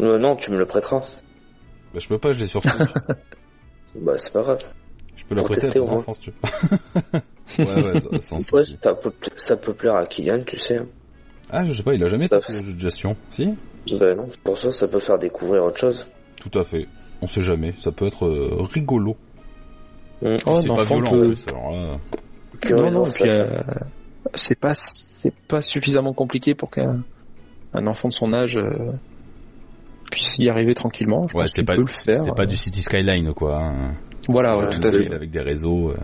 Euh, non, tu me le prêteras. bah, Je peux pas, je l'ai sur Steam. Bah, c'est pas grave. Je peux la Pour prêter à tester, tes au moins. enfants si tu veux. ouais, ouais, sans- sans Ouais, souci. ça peut, ça peut plaire à Kylian, tu sais. hein. Ah, je sais pas, il a jamais Ça- testé le jeu de gestion. Si Bah non, c'est pour ça, ça peut faire découvrir autre chose. Tout à fait. On sait jamais, ça peut être euh, rigolo. Mm. Oh, c'est un pas enfant violent peut- en plus, alors euh, là. Non, non, Curieusement, puis, euh, c'est pas c'est pas suffisamment compliqué pour qu'un un enfant de son âge euh, puisse y arriver tranquillement. Je Ouais, pense c'est qu'il pas- peut le faire. C'est pas du City Skyline quoi. hein. Voilà, euh. ouais, Ouais, tout à fait. Avec des réseaux. euh.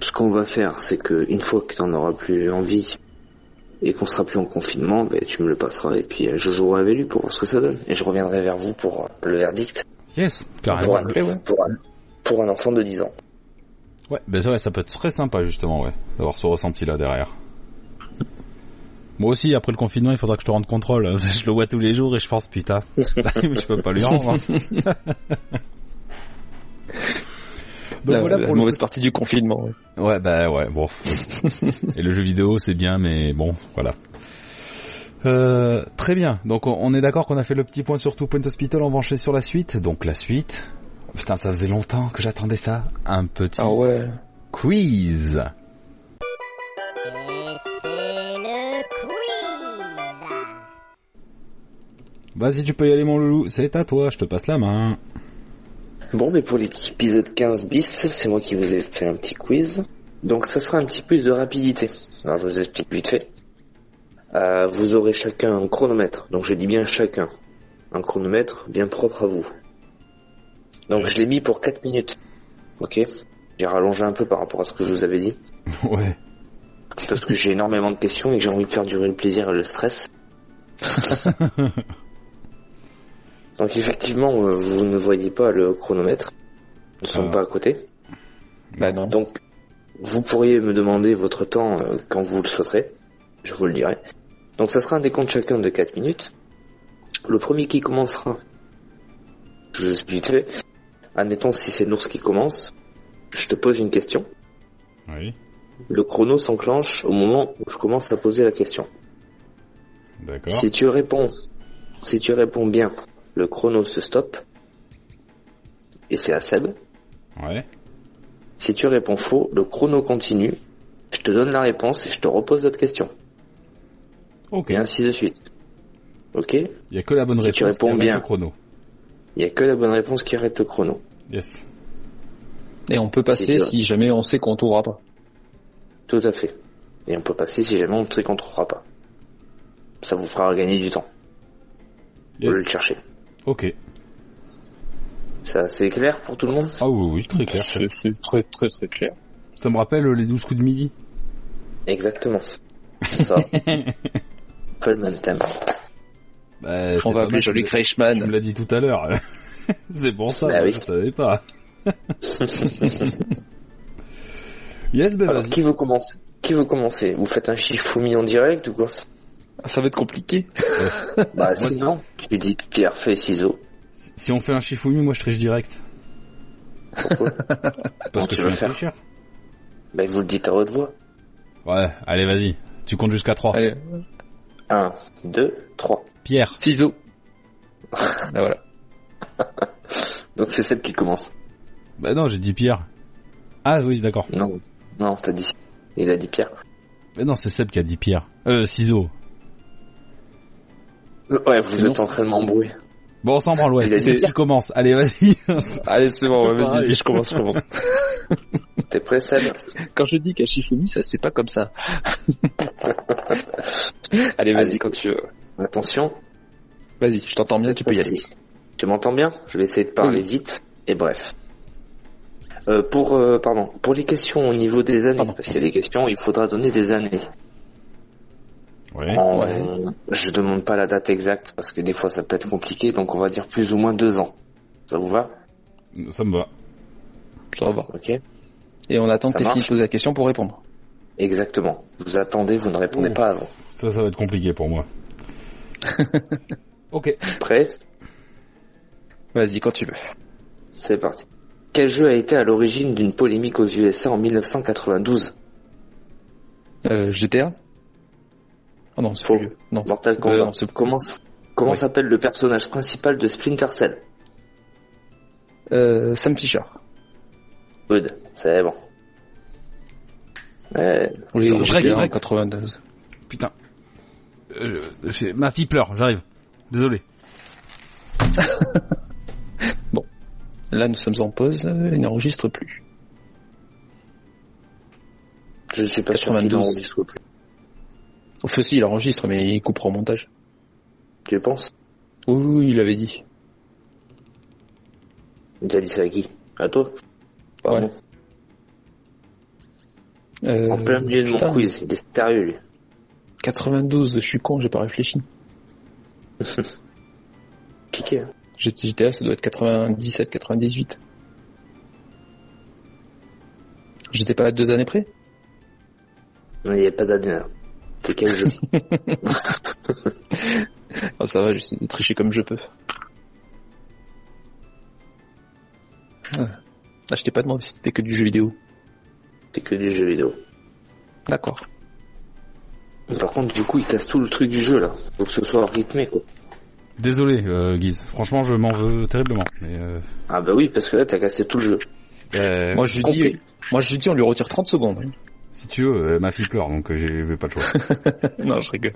Ce qu'on va faire, c'est que une fois que t'en auras plus envie et qu'on sera plus en confinement, ben tu me le passeras et puis euh, je jouerai avec lui pour voir ce que ça donne. Et je reviendrai vers vous pour euh, le verdict. Yes, pour, carrément. un, ouais, ouais. pour, un, pour un enfant de 10 ans. Ouais, bah ça, ouais, ça peut être très sympa justement, ouais, d'avoir ce ressenti là derrière. Moi aussi, après le confinement, il faudra que je te rende contrôle. hein. Je le vois tous les jours et je pense putain, je peux pas lui rendre. hein. Donc la, voilà la pour le mauvaise partie du confinement. ouais. Ouais, bah ouais, bon. Et le jeu vidéo, c'est bien, mais bon, voilà. Euh, très bien. Donc on- on est d'accord qu'on a fait le petit point sur tout Point Hospital, on va enchaîner sur la suite. Donc la suite. Putain, ça faisait longtemps que j'attendais ça. Un petit Ah ouais. quiz. Et c'est le quiz Vas-y, tu peux y aller mon loulou. C'est à toi, je te passe la main. Bon, mais pour l'épisode 15 bis, c'est moi qui vous ai fait un petit quiz. Donc, ça sera un petit quiz de rapidité. Alors, je vous explique vite fait. Euh, vous aurez chacun un chronomètre. Donc, je dis bien chacun. Un chronomètre bien propre à vous. Donc, je l'ai mis pour 4 minutes. Ok J'ai rallongé un peu par rapport à ce que je vous avais dit. ouais. Parce que j'ai énormément de questions et que j'ai envie de faire durer le plaisir et le stress. Donc effectivement, euh, vous ne voyez pas le chronomètre. Nous ne sommes Ah. pas à côté. Bah non. Donc, vous pourriez me demander votre temps euh, quand vous le souhaiterez. Je vous le dirai. Donc, ça sera un décompte chacun de 4 minutes. Le premier qui commencera, je vous expliquerai. Admettons, si c'est Nours qui commence, je te pose une question. Oui. Le chrono s'enclenche au moment où je commence à poser la question. D'accord. Si tu réponds, si tu réponds bien, le chrono se stoppe. Et c'est à Seb. Ouais. Si tu réponds faux, le chrono continue. Je te donne la réponse et je te repose d'autres questions. OK. Et ainsi de suite. Ok Il Il y a que la bonne Si réponse tu réponds qui arrête bien. le chrono. n'y a que la bonne réponse qui arrête le chrono. Yes. Et on peut passer c'est vrai. si jamais on sait qu'on tournera pas. Tout à fait. Et on peut passer si jamais on ne qu'on trouvera pas. Ça vous fera gagner du temps. Au Yes. lieu de le chercher. OK. Ça, c'est clair pour tout le monde Ah oui oui, très clair. C'est très très très clair. Ça me rappelle euh, les 12 coups de midi. Exactement. C'est ça. Pas le même thème. Bah, c'est On va pas appeler mal, Jolly mais- Tu me Kreishman. l'as dit tout à l'heure. c'est pour ça, Bah oui. je savais pas. yes, ben Alors, vas-y. qui veut commencer Qui veut commencer Vous faites un chiffre en direct ou quoi Ah, Ça va être compliqué. Bah, sinon, tu dis Pierre fait ciseaux. Si si on fait un chifoumi, moi je triche direct. Pourquoi Parce Comment que tu je veux suis un faire tricheur. Bah, vous le dites à haute voix. Ouais, allez, vas-y. Tu comptes jusqu'à 3. Allez. 1, 2, 3. Pierre. Ciseaux. Ah, voilà. Donc c'est Seb qui commence. Bah non, j'ai dit Pierre. Ah oui, d'accord. Non, non, t'as dit. Il a dit Pierre. Mais non, c'est Seb qui a dit Pierre. Euh, ciseaux. Ouais, vous êtes en train de m'embrouiller. Bon, on s'en branle, ouais. Il a C'est dit- Seb qui commence. Allez, vas-y. Allez, c'est bon, ouais, vas-y, vas-y, je commence, je commence. T'es prêt, Seb Quand je dis qu'à Shifumi, ça se fait pas comme ça. Allez, Vas-y, vas-y. quand tu veux. Attention. Vas-y, je t'entends bien, tu peux y aller. Vas-y. Tu m'entends bien Je vais essayer de parler vite et bref. Euh, pour euh, pardon, pour les questions au niveau des années, Pardon. parce qu'il y a des questions, il faudra donner des années. Ouais. En- Ouais. Euh, Je demande pas la date exacte parce que des fois ça peut être compliqué, donc on va dire plus ou moins deux ans. Ça vous va Ça me va. Ça va. Ok. Et on attend Ça que t'aies fini de marche poser la question pour répondre. Exactement. Vous attendez, vous ne répondez Ouh. pas avant. Ça, ça va être compliqué pour moi. ok. Prêt Vas-y, quand tu veux. C'est parti. Quel jeu a été à l'origine d'une polémique aux USA en 1992 Euh, GTA Oh non, c'est Faux. plus vieux. Non. Mortal Euh, Kombat. non, c'est- comment comment Oui. s'appelle le personnage principal de Splinter Cell Euh, Sam Fisher. Good, c'est bon. Euh, Oui, Attends, Drake, GTA en Drake. 92. Putain. Euh, c'est- ma fille pleure, j'arrive. Désolé. Là, nous sommes en pause, euh, il n'enregistre plus. je ne suis pas sûr qu'il 92. enregistre plus. Enfin, si, il enregistre, mais il coupera au montage. Tu penses Oui, oui, oui, il l'avait dit. Il t'a dit ça à qui À toi Ouais. bon. Euh, En plein milieu de mon putain, quiz, il est sérieux lui. 92, je suis con, j'ai pas réfléchi. Piqué. hein. G- GTA, ça doit être 97, 98. J'étais pas à deux années près Mais il n'y a pas d'ADN. C'est quel jeu Ah, Ça va, j'essaie de tricher comme je peux. Ah, Ah, je t'ai pas demandé si c'était que du jeu vidéo. C'est que du jeu vidéo. D'accord. Par contre, du coup, il casse tout le truc du jeu là. Faut que ce soit rythmé quoi. Désolé, euh, Guise. Franchement, je m'en veux terriblement. Mais, euh, Ah bah oui, parce que là, t'as cassé tout le jeu. Euh, moi, je lui complet. dis, moi, je lui dis, on lui retire 30 secondes. euh, si tu veux, euh, ma fille pleure, donc euh, j'ai j'ai pas de choix. non, je rigole.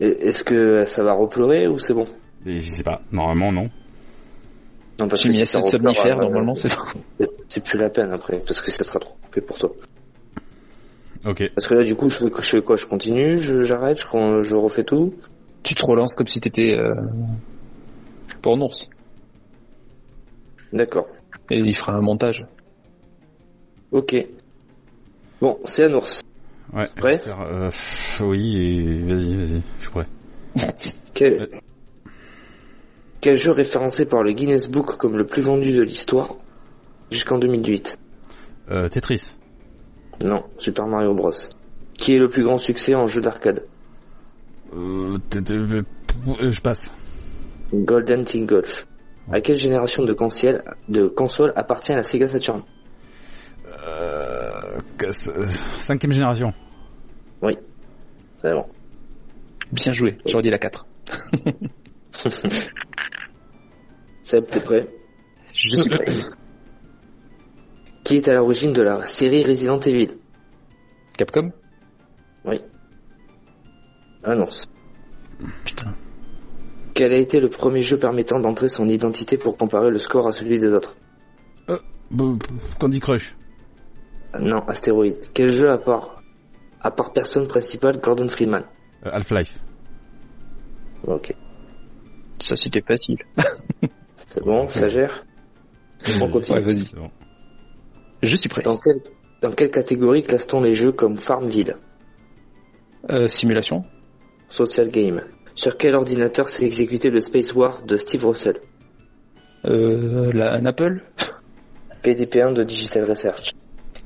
Et- Est-ce que ça va repleurer ou c'est bon Et je sais pas. Normalement, non. Non, parce J'ai mis si assez de ça repleure, somnifères, euh, normalement, c'est C'est plus la peine après, parce que ça sera trop coupé pour toi. Ok. Parce que là, du coup, je fais, je fais quoi Je continue je- J'arrête je, con- je refais tout Tu te relances comme si t'étais, euh, pour un ours. D'accord. Et il fera un montage. Ok. Bon, c'est un ours. Ouais. Prêt Faire, euh, pff, oui, et vas-y, vas-y. Je suis prêt. Quel... Quel jeu référencé par le Guinness Book comme le plus vendu de l'histoire jusqu'en 2008 Euh, Tetris. Non, Super Mario Bros. Qui est le plus grand succès en jeu d'arcade Euh, t- t- euh, euh, je passe. Golden Team Golf. À quelle génération de console, de console appartient la Sega Saturn Euh, casse- euh, cinquième génération. C'est bon. Bien joué. J'aurais dit la 4. Seb, t'es prêt Je suis prêt. Qui est à l'origine de la série Resident Evil Capcom? Annonce. Ah Quel a été le premier jeu permettant d'entrer son identité pour comparer le score à celui des autres B- b- Candy Crush. Ah Non, astéroïde. Quel jeu à part à part personne principale Gordon Freeman Euh, Half-Life. Ok, Ça, c'était facile. c'est bon, ça gère. On continue. Ouais, vas-y. C'est bon. Je suis prêt. Dans quelle dans quelle catégorie classe-t-on les jeux comme Farmville, Euh, simulation? Social Game Sur quel ordinateur s'est exécuté le Space War de Steve Russell Euh, la- un Apple? PDP1 de Digital Research.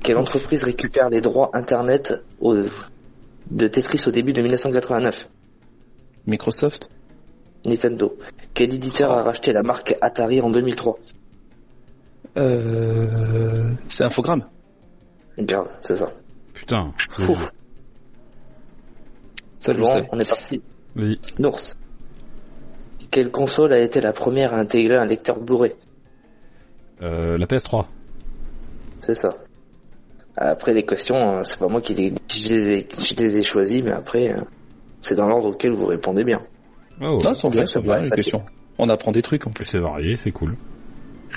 Quelle entreprise récupère les droits Internet au- de Tetris au début de 1989 Microsoft? Nintendo. Quel éditeur a racheté la marque Atari en 2003 Euh, c'est Infogrames. Eh Grave, c'est ça. Putain. Ouf. Ça, je le Bon, savais. on est parti. Vas-y. Nours. Quelle console a été la première à intégrer un lecteur Blu-ray Euh, la PS3. C'est ça. Après, les questions, euh, c'est pas moi qui les, je les ai, je les ai choisies, mais après, euh, c'est dans l'ordre auquel vous répondez bien. Oh, Non, c'est bien, ça c'est me paraît bien, les facile. questions. On apprend des trucs en plus. c'est varié, c'est cool.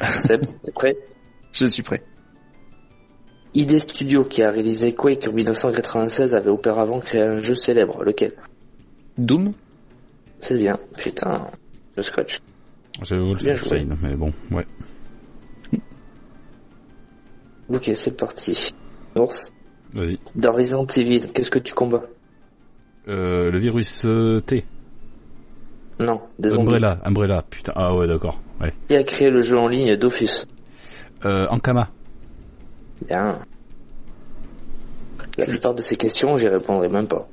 Seb, t'es prêt Je suis prêt. ID Studio, qui a réalisé Quake en 1996, avait auparavant créé un jeu célèbre. Lequel Doom C'est bien. Putain, le scotch. J'avais Bien joué. Wolfenstein, mais bon, ouais. Ok, c'est parti. Ours, Vas-y. dans Resident Evil, qu'est-ce que tu combats Euh, le virus euh, T. Non, des zombies. Umbrella, Umbrella, putain. Ah ouais, d'accord. Ouais. Qui a créé le jeu en ligne Dofus Euh, Ankama. Bien. La plupart de ces questions, j'y répondrai même pas.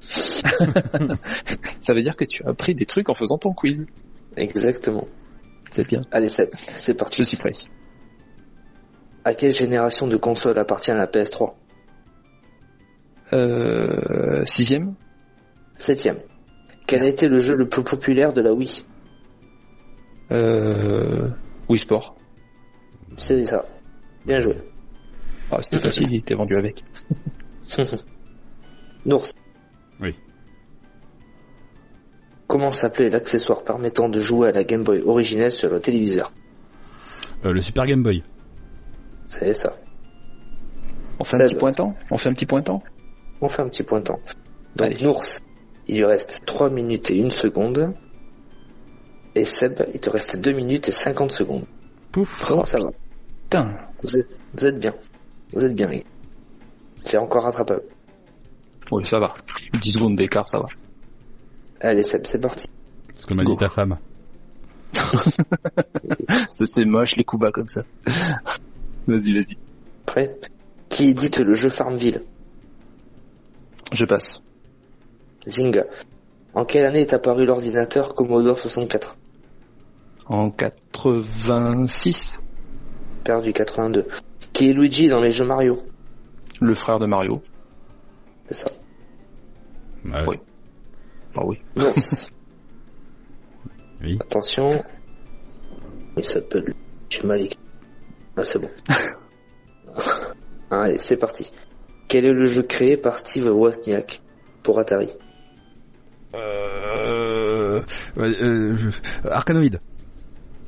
Ça veut dire que tu as appris des trucs en faisant ton quiz. Exactement. C'est bien. Allez, Seb, c'est parti. Je suis prêt. À quelle génération de console appartient la PS3 Euh, sixième Septième. Quel a été le jeu le plus populaire de la Wii euh, Wii Sport. C'est ça. Bien joué. Ah, c'était facile, il était vendu avec. Nours. Oui. Comment s'appelait l'accessoire permettant de jouer à la Game Boy originelle sur le téléviseur Euh, le Super Game Boy. C'est ça. On fait un Ça petit va. pointant On fait un petit pointant On fait un petit point de temps. Donc Allez. Nours, il lui reste 3 minutes et 1 seconde. Et Seb, il te reste 2 minutes et 50 secondes. Pouf. Comment Oh, ça va Putain vous êtes, vous êtes bien. Vous êtes bien, les gars. C'est encore rattrapable. Oui, ça va. 10 secondes d'écart, ça va. Allez Seb, c'est parti. Ce que m'a dit ta femme. C'est- C'est moche, les coups bas comme ça. vas-y, vas-y. Prêt Qui édite le jeu Farmville Je passe. Zynga. En quelle année est apparu l'ordinateur Commodore 64 En 86, Perdu 82. Qui est Luigi dans les jeux Mario le frère de Mario. C'est ça. Ouais. Oui. Ah oui. Nours. Oui. Attention. Il s'appelle Luigi Malik. Ah, c'est bon. Allez, c'est parti. Quel est le jeu créé par Steve Wozniak pour Atari Euh, ouais, euh, je- Arcanoid.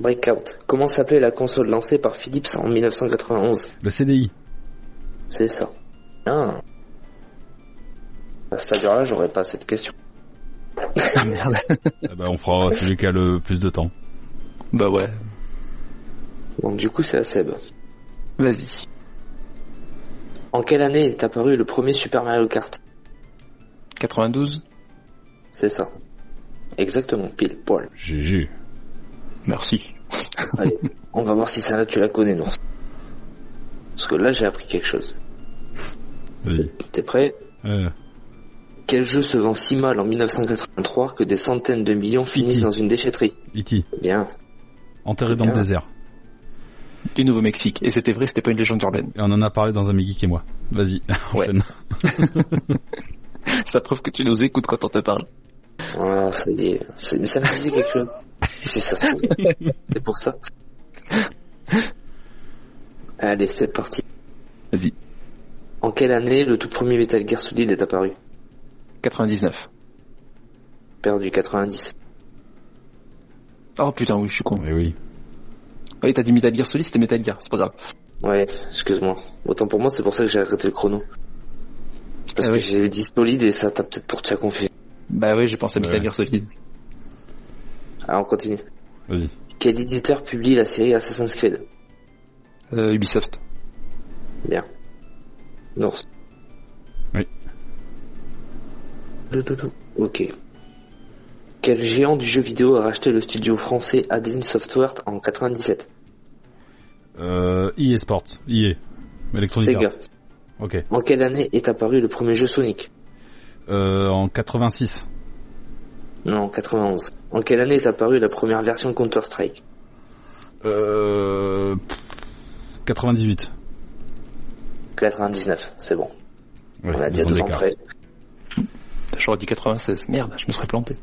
Breakout. Comment s'appelait la console lancée par Philips en 1991 Le CDI. C'est ça. Ah. À ce stade-là, j'aurais pas cette question. Ah merde. Ah bah, on fera celui qui a le plus de temps. bah ouais. Donc du coup, c'est à Seb. Vas-y. En quelle année est apparu le premier Super Mario Kart 92 C'est ça. Exactement, pile, poil. GG. Merci. Allez, on va voir si celle-là tu la connais, non Parce que là, j'ai appris quelque chose. Vas-y. T'es prêt Euh, Quel jeu se vend si mal en 1983 que des centaines de millions finissent E.T. dans une déchetterie E.T. Bien. E Enterré dans le Bien. désert. Du Nouveau-Mexique. Et c'était vrai, c'était pas une légende urbaine. Et on en a parlé dans un Megeek et moi. Vas-y. Ouais. Open. Ça prouve que tu nous écoutes quand on te parle. Voilà, ça y est. C'est- Ça me disait quelque chose. Si ça se trouve. C'est pour ça. Allez, c'est parti. Vas-y. En quelle année le tout premier Metal Gear Solid est apparu 99. Perdu 90. Oh putain, oui, je suis con. Eh oui. Oui, t'as dit Metal Gear Solid, c'était Metal Gear, c'est pas grave. Ouais, excuse-moi. Autant pour moi, c'est pour ça que j'ai arrêté le chrono. Parce Ah que oui. j'ai dit solide et ça t'a peut-être pour te faire confusion. Bah oui, j'ai pensé à Ouais. Metal Gear Solid. Alors on continue. Vas-y. Quel éditeur publie la série Assassin's Creed Euh, Ubisoft. Bien. Nours. Oui. Tout, tout, tout. Ok. Quel géant du jeu vidéo a racheté le studio français Aden Software en 97 Euh, EA Sports. EA. Electronic Sega. Arts. Ok. En quelle année est apparu le premier jeu Sonic Euh, en 86. Non, en 91. En quelle année est apparue la première version de Counter-Strike Euh, 98. 99, c'est bon. Ouais, On a deux déjà ans deux ans d'écart. près. j'aurais dit 96. Merde, je me serais planté.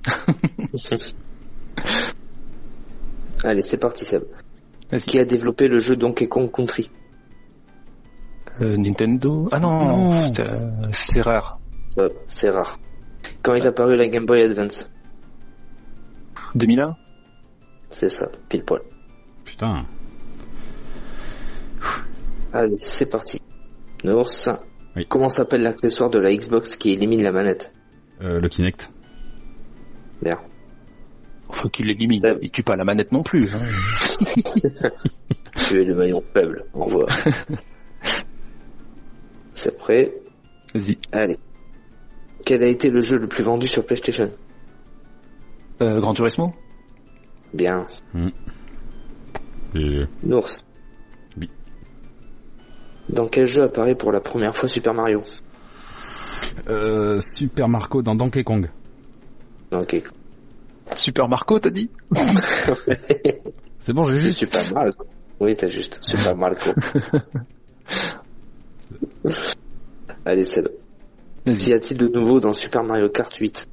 Allez, c'est parti, Seb. Vas-y. Qui a développé le jeu Donkey Kong Country Euh, Nintendo. Ah non, Non. putain, euh, c'est rare. Euh, C'est rare. Quand est apparu la Game Boy Advance 2001 C'est ça, pile poil. Putain. Allez, c'est parti. Numéro 5. Oui. Comment s'appelle l'accessoire de la Xbox qui élimine la manette Euh, le Kinect. Merde. Faut qu'il l'élimine. Ouais. Il tue pas la manette non plus. hein. Tu es le maillon faible. Au revoir. c'est prêt Vas-y. Allez. Quel a été le jeu le plus vendu sur PlayStation Euh, Grand Turismo Bien. Et- Nours. Oui. Dans quel jeu apparaît pour la première fois Super Mario Euh, Super Marco dans Donkey Kong. Ok. Super Marco, t'as dit C'est bon, j'ai C'est juste. Super Mario. Oui, t'as juste. Super Mario. Allez, c'est bon. Vas-y. Qu'y a-t-il de nouveau dans Super Mario Kart 8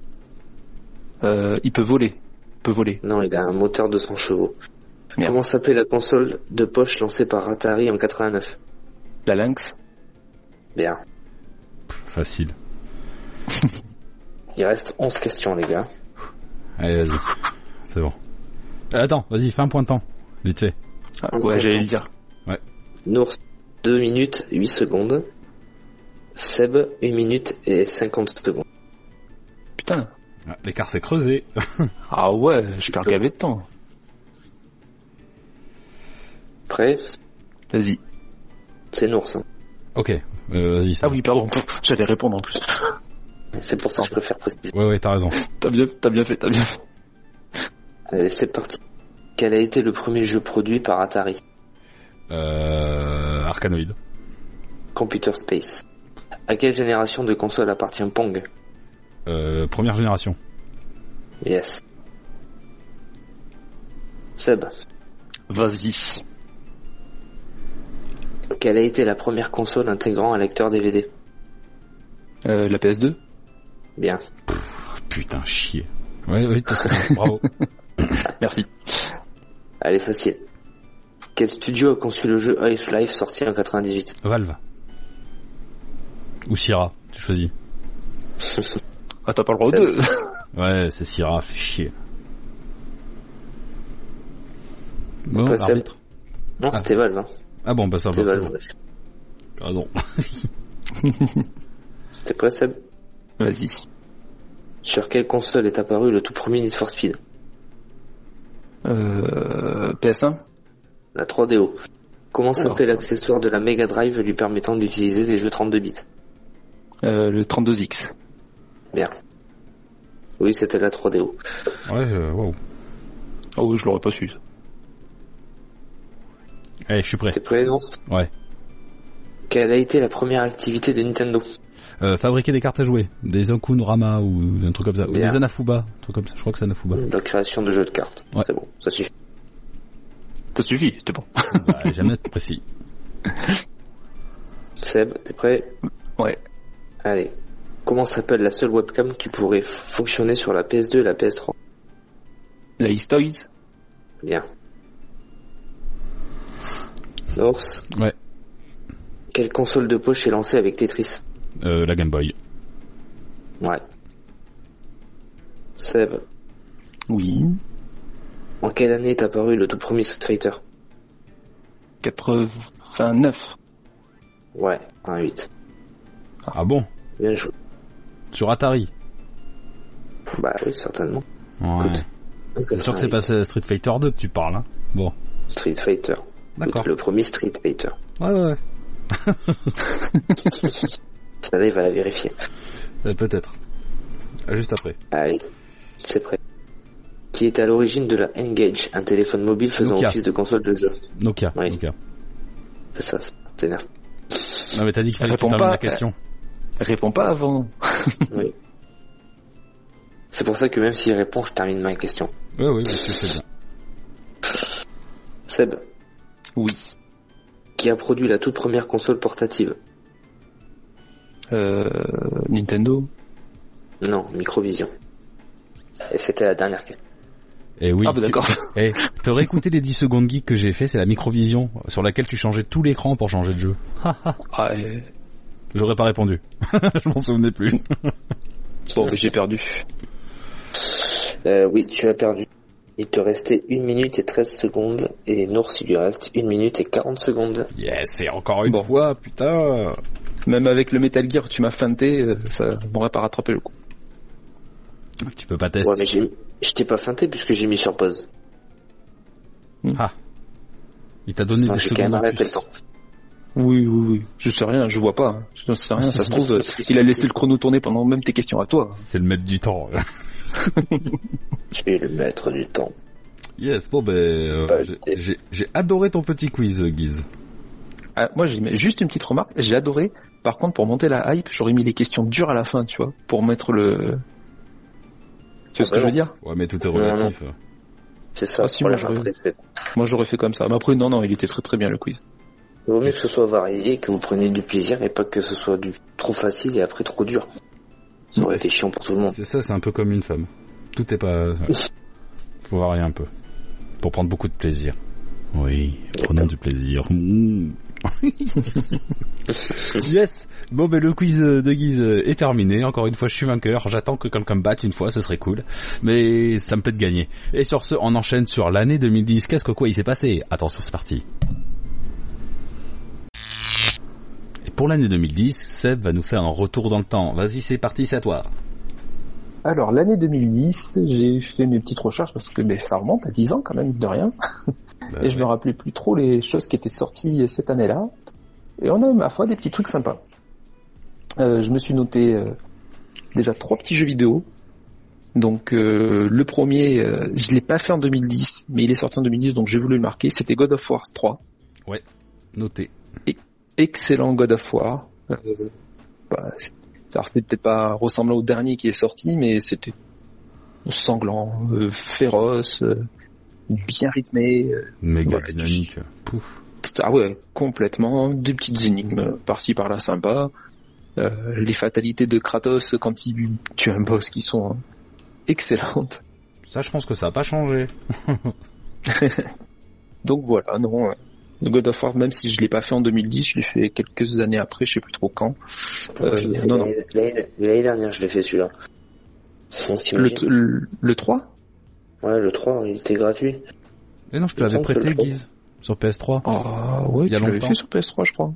Euh, il peut voler. Il peut voler. Non, il a un moteur de 100 chevaux. Merde. Comment s'appelait la console de poche lancée par Atari en 89 La lynx Bien. Facile. Il reste 11 questions, les gars. Allez, vas-y. C'est bon. Euh, Attends, vas-y, fais un point de temps. Vite fait. Ah, Un Ouais, peu j'allais de le dire. Nours, 2 minutes 8 secondes. Seb, 1 minute et 50 secondes. Putain. Ah, L'écart s'est creusé. Ah ouais, je perds gavé de temps. Prêt Vas-y. C'est Nours. hein. Ok. Euh, vas-y, c'est Ah bon. oui, pardon. J'allais répondre en plus. C'est pour ça que je préfère préciser. Ouais, ouais, t'as raison. T'as bien, t'as bien fait, t'as bien fait. Allez, c'est parti. Quel a été le premier jeu produit par Atari Euh, Arcanoid. Computer Space. À quelle génération de console appartient Pong Euh, première génération. Yes. Seb, Vas-y. quelle a été la première console intégrant un lecteur DVD Euh, la PS2 Bien. Putain, chier. Ouais, ouais, t'as raison. Bravo. Merci. Allez, facile. Quel studio a conçu le jeu Half-Life sorti en 98 Valve. Ou Sierra, tu choisis. Ah, t'as pas le droit aux Salut. deux Ouais, c'est Sierra, fais chier. Bon, Toi, Seb Oh, arbitre. Non, Ah. c'était Valve. Hein. Ah bon, bah ça C'était va. Valve. c'est bon. Ah ouais. non. T'es prêt, Seb Vas-y. Sur quelle console est apparu le tout premier Need for Speed Euh, PS1 La 3DO. Comment Alors. s'appelait l'accessoire de la Mega Drive lui permettant d'utiliser des jeux 32 bits euh, Le 32X. Oui, c'était la 3DO. Ouais, euh, wow. Ah oui, je l'aurais pas su. ça. Allez, Eh, je suis prêt. T'es prêt, non Ouais. Quelle a été la première activité de Nintendo Euh, fabriquer des cartes à jouer. Des Okunrama ou un truc comme ça. Ou Bien. des Anafuba. Un truc comme ça. Je crois que c'est Anafuba. La création de jeux de cartes. Ouais. C'est bon, ça suffit. Ça suffit, c'est bon. Bah, jamais être précis. Seb, t'es prêt Ouais. Allez. Comment s'appelle la seule webcam qui pourrait f- fonctionner sur la PS2 et la PS3 La Histoys Bien. Norse Ouais. Quelle console de poche est lancée avec Tetris Euh, la Game Boy. Ouais. Seb, Oui. en quelle année est apparu le tout premier Street Fighter 89. Ouais, 1-8. Ah bon Bien joué. Sur Atari. Bah oui, certainement. Ouais. Écoute, C'est sûr que c'est pas Street Fighter 2 que tu parles, hein. Bon. Street Fighter. D'accord. Le premier Street Fighter. Ouais, ouais, ouais. Celle-là, il va la vérifier. Euh, Peut-être. Euh, Juste après. Allez, c'est prêt. Qui est à l'origine de la Engage, un téléphone mobile faisant Nokia. office de console de jeu. Nokia. Oui. Nokia. C'est ça, ça t'énerve. Non, mais t'as dit qu'il fallait que tu Réponds termines pas. la question. Réponds pas avant. oui. C'est pour ça que même s'il répond, je termine ma question. Ouais, ouais, ouais, tu sais bien. Seb, Oui. qui a produit la toute première console portative Euh, Nintendo Non, Microvision. Et c'était la dernière question. Et oui, ah bah tu- d'accord. Eh, t'aurais écouté les 10 secondes geek que j'ai fait, c'est la microvision sur laquelle tu changeais tout l'écran pour changer de jeu. Ah, et- J'aurais pas répondu. je m'en souvenais plus. bon, mais j'ai perdu. Euh, oui, tu as perdu. Il te restait 1 minute et 13 secondes et Nours, il lui reste 1 minute et 40 secondes. Yes, et encore une Bon. fois, putain. Même avec le Metal Gear, tu m'as feinté, euh, ça m'aurait pas rattrapé le coup. Tu peux pas tester. Ouais, mais j'ai- je t'ai pas feinté puisque j'ai mis sur pause. Il t'a donné Enfin, des j'ai quand même secondes en arrêté plus. le temps. Oui, oui, oui. Je sais rien, je vois pas. hein. Je sais rien, ça se trouve, euh, il a laissé le chrono tourner pendant même tes questions à toi. C'est le maître du temps. Tu es le maître du temps. yes, bon ben, euh, Bah, j'ai- j'ai j'ai adoré ton petit quiz, euh, Guise. Ah, moi, j'ai juste une petite remarque. J'ai adoré. Par contre, pour monter la hype, j'aurais mis les questions dures à la fin, tu vois, pour mettre le. Tu vois ce que je veux dire Ouais, mais tout est Non, non. relatif. C'est ça, Ah, si, voilà, moi, j'aurais- après, c'est- Moi, j'aurais fait comme ça. Mais après, non, non, il était très très bien le quiz. Il vaut mieux que ce soit varié, que vous preniez du plaisir et pas que ce soit du trop facile et après trop dur. Ça aurait été chiant pour tout le monde. C'est ça, c'est un peu comme une femme. Tout est pas. Faut varier un peu. Pour prendre beaucoup de plaisir. Oui, prenons du plaisir. Mmh. yes Bon ben le quiz euh, de Guise euh, est terminé. Encore une fois, je suis vainqueur. J'attends que quelqu'un me batte une fois, ce serait cool. Mais ça me plaît de gagner. Et sur ce, on enchaîne sur l'année 2010. Qu'est-ce que quoi il s'est passé Attention, c'est parti. Et pour l'année 2010, Seb va nous faire un retour dans le temps. Vas-y, c'est parti, c'est à toi. Alors, l'année 2010, j'ai fait mes petites recherches parce que ben, ça remonte à 10 ans quand même, mine de rien. et je me rappelais plus trop les choses qui étaient sorties cette année-là. Et on a, ma foi, des petits trucs sympas. Euh, je me suis noté euh, déjà trois petits jeux vidéo. Donc, euh, le premier, euh, je l'ai pas fait en 2010, mais il est sorti en 2010, donc j'ai voulu le marquer. C'était God of War 3. Noté. excellent God of War. Euh, bah, c'est- alors c'est peut-être pas ressemblant au dernier qui est sorti, mais c'était sanglant, euh, féroce, euh, bien rythmé. euh, Méga Voilà, dynamique. Pouf. ah ouais, complètement. Des petites énigmes par-ci par-là sympa. Euh, les fatalités de Kratos quand il tue un boss qui sont hein, excellentes. Ça, je pense que ça a pas changé. Donc voilà, non. euh, God of War, même si je l'ai pas fait en 2010, je l'ai fait quelques années après, je sais plus trop quand. Euh, Je l'ai fait non, non. l'année- L'année l'année dernière, je l'ai fait celui-là. Donc, Le, t'imagines t- le, le 3 Ouais, le 3, il était gratuit. Et non, je te Il l'avais me semble que prêté, le- Guise, sur PS3. Ah ouais, Il y a tu l'avais longtemps. fait sur PS3, je crois.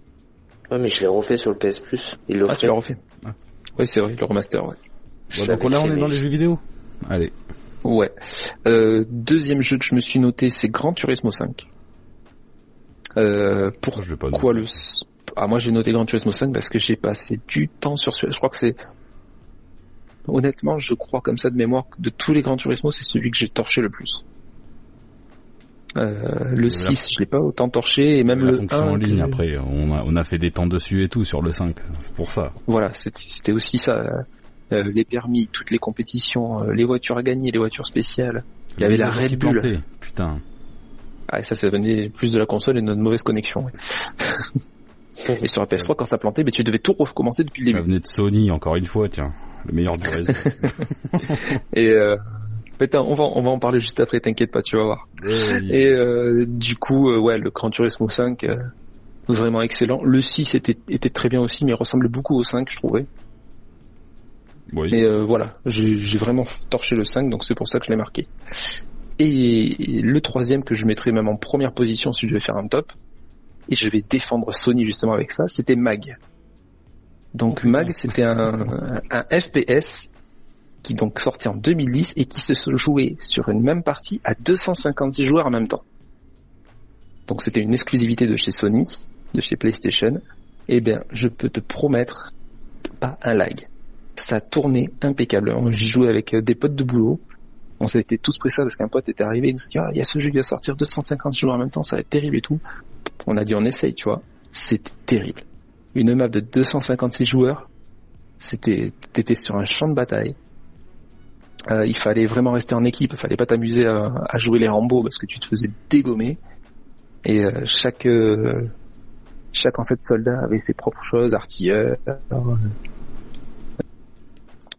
Ouais, mais je l'ai refait sur le PS Plus. Il Ah, tu l'offrait. l'as refait. Ah. Oui, c'est vrai, le remaster, ouais. Je Ouais, l'avais donc là, fait, on est mais dans les jeux vidéo. Allez. Ouais. Euh, deuxième jeu que je me suis noté, c'est Gran Turismo 5. Euh, Oh, je l'ai pas pourquoi le... s- Ah, moi j'ai noté Gran Turismo 5 parce que j'ai passé du temps sur celui Je crois que c'est... Honnêtement, je crois comme ça de mémoire que de tous les Gran Turismo, c'est celui que j'ai torché le plus. Euh, le La- 6, je l'ai pas autant torché, et même La le fonction 1, en ligne, que- après, on a, on a fait des temps dessus et tout sur le 5. C'est pour ça. voilà, c'était c'était aussi ça. euh, les permis, toutes les compétitions, euh, les voitures à gagner, les voitures spéciales. Il y avait la Les gens Red qui Bull. plantaient. Putain. Ah, et ça, ça venait plus de la console et de notre mauvaise connexion. ouais. et sur la PS3, quand ça plantait, mais tu devais tout recommencer depuis le Ça début. venait de Sony, encore une fois, tiens. Le meilleur du réseau. Et euh, putain, on va, on va en parler juste après, t'inquiète pas, tu vas voir. Eh Et- Et euh, du coup, euh, ouais, le Gran Turismo 5, euh, vraiment excellent. Le 6 était, était très bien aussi, mais il ressemblait beaucoup au 5, je trouvais. Oui. Mais euh, voilà, j'ai j'ai vraiment torché le 5, donc c'est pour ça que je l'ai marqué. Et le troisième que je mettrais même en première position si je vais faire un top, et je vais défendre Sony justement avec ça, c'était Mag. Donc Mag, c'était un, un FPS qui donc sorti en 2010 et qui se jouait sur une même partie à 256 joueurs en même temps. Donc c'était une exclusivité de chez Sony, de chez PlayStation. Eh bien, je peux te promettre pas un lag ça tournait impeccablement. J'y jouais avec euh, des potes de boulot. On s'était tous pris ça parce qu'un pote était arrivé, il nous a dit, Ah, il y a ce jeu qui va sortir 250 jours en même temps, ça va être terrible et tout. On a dit, on essaye, tu vois. C'était terrible. Une map de 256 joueurs, c'était, t'étais sur un champ de bataille. Euh, il fallait vraiment rester en équipe, il fallait pas t'amuser à, à jouer les Rambo parce que tu te faisais dégommer. Et euh, chaque, euh, chaque en fait soldat avait ses propres choses, artilleurs,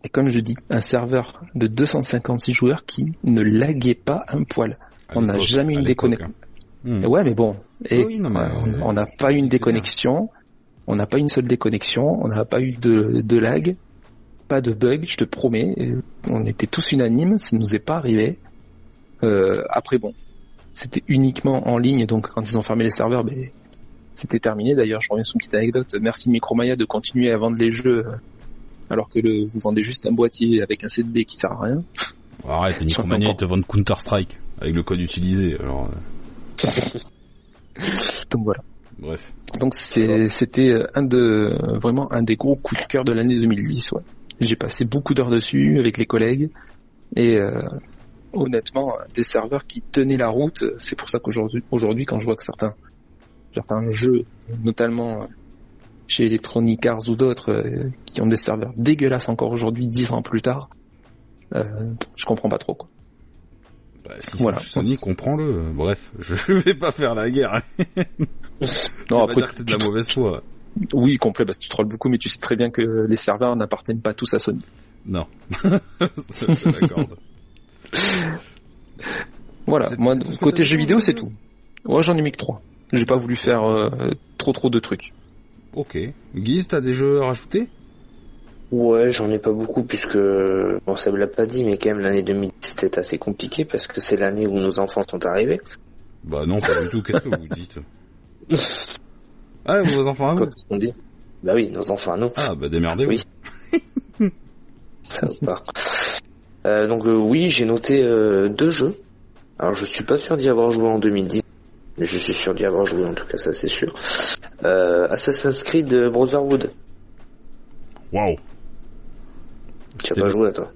Et comme je dis, un serveur de 256 joueurs qui ne laguait pas un poil. À On n'a l'époque, jamais eu à une l'époque, déconnexion. hein. Hmm. Ouais, mais bon, et Oui, non, mais, euh, euh, on n'a pas eu une c'est bien. déconnexion, on n'a pas eu une seule déconnexion, on n'a pas eu de, de lag, pas de bug, je te promets. euh, On était tous unanimes, ça ne nous est pas arrivé. Euh, après, bon, c'était uniquement en ligne, donc quand ils ont fermé les serveurs, ben, c'était terminé. D'ailleurs, je reviens sur une petite anecdote. Merci Micromania de continuer à vendre les jeux euh, alors que le, vous vendez juste un boîtier avec un CD qui sert à rien. Arrête, les Je pense Micromania, ils encore. te vendent Counter-Strike avec le code utilisé. Alors, euh, Donc voilà. bref. Donc c'est- c'était euh, un de vraiment un des gros coups de cœur de l'année 2010. Ouais. J'ai passé beaucoup d'heures dessus avec les collègues et euh, honnêtement euh, des serveurs qui tenaient la route. euh, C'est pour ça qu'aujourd'hui aujourd'hui quand je vois que certains certains jeux, notamment euh, chez Electronic Arts ou d'autres, euh, qui ont des serveurs dégueulasses encore aujourd'hui, dix ans plus tard, euh, je comprends pas trop quoi. Bah, si Voilà. voilà. Sony, comprends-le. Bref, je vais pas faire la guerre. Non, Non, pas après, dire que c'est de la mauvaise foi. oui complet parce que tu trolls beaucoup, mais tu sais très bien que les serveurs n'appartiennent pas tous à Sony. Non. Ça, je l'accorde. Voilà, C'est- moi, c'est tout ce que côté t'as jeux fait, vidéo, euh, c'est tout. Ouais, j'en ai mis que trois. J'ai pas voulu faire euh, trop trop de trucs. ok. Guise, t'as des jeux à rajouter Ouais, j'en ai pas beaucoup puisque bon, ça me l'a pas dit, mais quand même l'année 2010 était assez compliquée parce que c'est l'année où nos enfants sont arrivés. Bah non, pas du tout. Qu'est-ce que vous dites Ah, vos enfants à vous Comme ce qu'on dit. Bah oui, nos enfants à nous. Ah, bah démerdez-vous. Oui. Sympa. Euh, donc euh, oui, j'ai noté euh, deux jeux. Alors je suis pas sûr d'y avoir joué en 2010, mais je suis sûr d'y avoir joué en tout cas, ça c'est sûr. Euh, Assassin's Creed euh, Brotherhood. Waouh. Tu as pas joué à toi.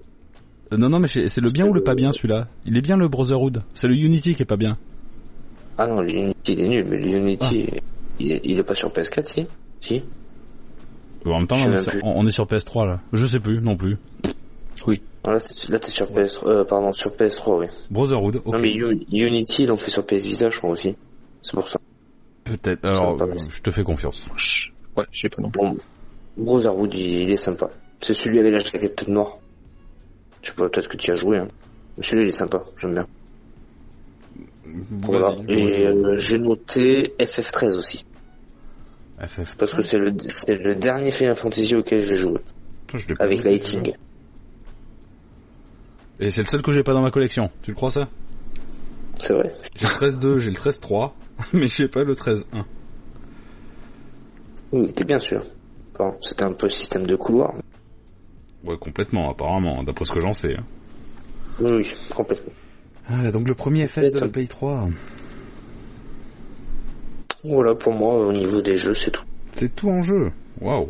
Euh, Non, non, mais c'est c'est le bien C'est ou le le- pas bien celui-là Il est bien le Brotherhood. C'est le Unity qui est pas bien. Ah non, l'Unity il est nul, mais l'Unity Ah. il, est, il est pas sur PS4 si Si Euh, En même temps, Je sais on est, même sur, plus. on- on est sur PS3 là. Je sais plus non plus. Ah, Là t'es là, t'es sur PS euh, pardon sur PS3 oui. Brotherhood, ok. Non mais U- Unity ils l'ont fait sur PS Vita je crois aussi. C'est pour ça. Peut-être. Alors, pas euh, possible. je te fais confiance. Chut. Ouais, je sais pas non plus. Bon, Brotherhood, il, il est sympa. C'est celui avec la jaquette toute noire. Je sais pas, peut-être que tu y as joué. Hein. Mais Celui-là, il est sympa, j'aime bien. Voilà. Vas-y, Et Brotherhood. euh, j'ai noté FF13 aussi. FF. Parce que c'est le, c'est le dernier Final Fantasy auquel j'ai joué. Putain, je l'ai pas Avec vu. Lighting. Et c'est le seul que j'ai pas dans ma collection. Tu le crois ça C'est vrai. J'ai le 13-2, j'ai le 13-3, mais j'ai pas le 13-1. Oui, t'es bien sûr. Bon, c'était un peu système de couloir. Ouais, complètement, apparemment, d'après ce que j'en sais. hein. Oui, oui, complètement. Ah, donc le premier FF Peut-être. de la Play 3. Voilà, pour moi, au niveau des jeux, c'est tout. C'est tout en jeu. Waouh.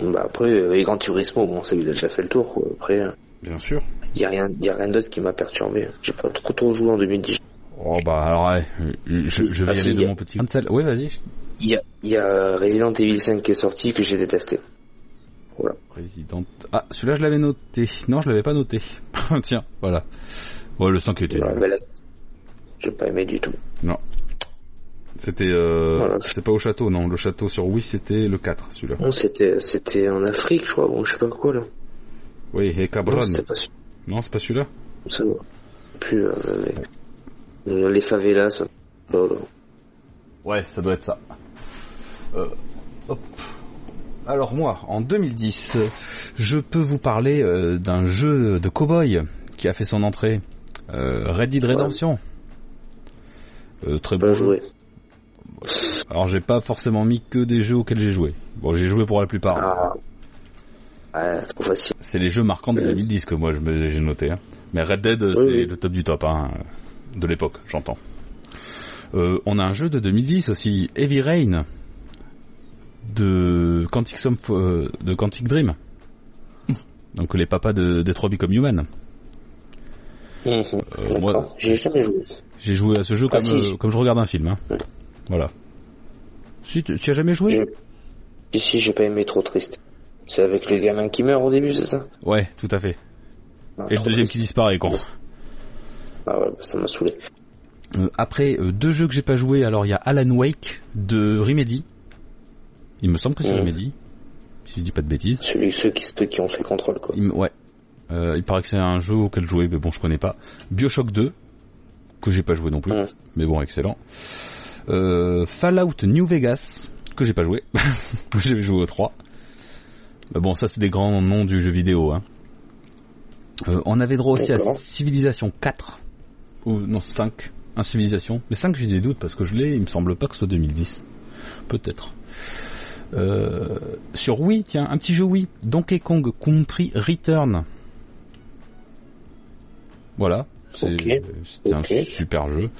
Bah après, euh, les Grand Turismo, bon, ça, il a déjà fait le tour. Quoi. Après, Bien sûr. il y a rien, y a rien d'autre qui m'a perturbé. J'ai pas trop trop joué en 2010. Oh bah alors ouais, je, je vais Ah, y si, aller y de a- mon petit. Hansel, ouais vas-y. Il y a, il y a Resident Evil 5 qui est sorti que j'ai détesté. Resident. Ah, celui-là je l'avais noté. Non, je l'avais pas noté. Tiens, voilà. Ouais, le 5 était. Voilà, ben là, j'ai pas aimé du tout. C'était. Euh... Voilà. C'était pas au château, non. Le château sur Wii, c'était le 4, celui-là. Non, c'était, c'était en Afrique, je crois, ou je sais pas quoi là. Oui, et Cabron. Non, c'était pas sûr. Non, c'est pas celui-là. Ça va. Plus euh, les- euh, les favelas. ça. Bon, bon. Ouais, ça doit être ça. Euh, hop. Alors moi, en 2010, euh, je peux vous parler euh, d'un jeu de cow-boy qui a fait son entrée. Euh, Red Dead Redemption. Euh, très bon Pas jeu. joué. Alors j'ai pas forcément mis que des jeux auxquels j'ai joué. Bon, j'ai joué pour la plupart. Ah. Ah, trop facile. C'est les jeux marquants de Oui. 2010 que moi je me- j'ai noté. hein. Mais Red Dead, euh, Oui, c'est oui. le top du top, hein, de l'époque, j'entends. Euh, on a un jeu de 2010 aussi, Heavy Rain, de Quantic, Somph- euh, de Quantic Dream. Donc les papas de Detroit Become Human. Mhm. Euh, moi, D'accord. J'ai jamais joué. j'ai joué à ce jeu Ah, comme, si. euh, comme je regarde un film. hein. Voilà. Si, tu tu as jamais joué J'ai- Ici, j'ai pas aimé trop triste. C'est avec le gamin qui meurt au début, c'est ça Ouais, tout à fait. Ah, Et le trop deuxième triste. qui disparaît, con. Ah ouais, bah, ça m'a saoulé. Euh, après, euh, deux jeux que j'ai pas joué, alors il y a Alan Wake de Remedy. Il me semble que c'est Ouais. Remedy. si je dis pas de bêtises. Celui, ceux qui, ceux qui ont fait contrôle, quoi. Il me- ouais. Euh, il paraît que c'est un jeu auquel jouer, mais bon, je connais pas. Bioshock 2, que j'ai pas joué non plus, Ouais. mais bon, excellent. Euh, Fallout New Vegas, que j'ai pas joué. j'ai joué au 3. Mais bon, ça, c'est des grands noms du jeu vidéo. Hein. Euh, on avait droit aussi à D'accord. Civilization 4, ou non, 5. Un Civilization. Mais 5, j'ai des doutes, parce que je l'ai, il me semble pas que ce soit 2010. Peut-être. Euh, sur Wii, tiens, un petit jeu Wii, Donkey Kong Country Return. Voilà, c'est- Ok. c'était un Ok. super jeu.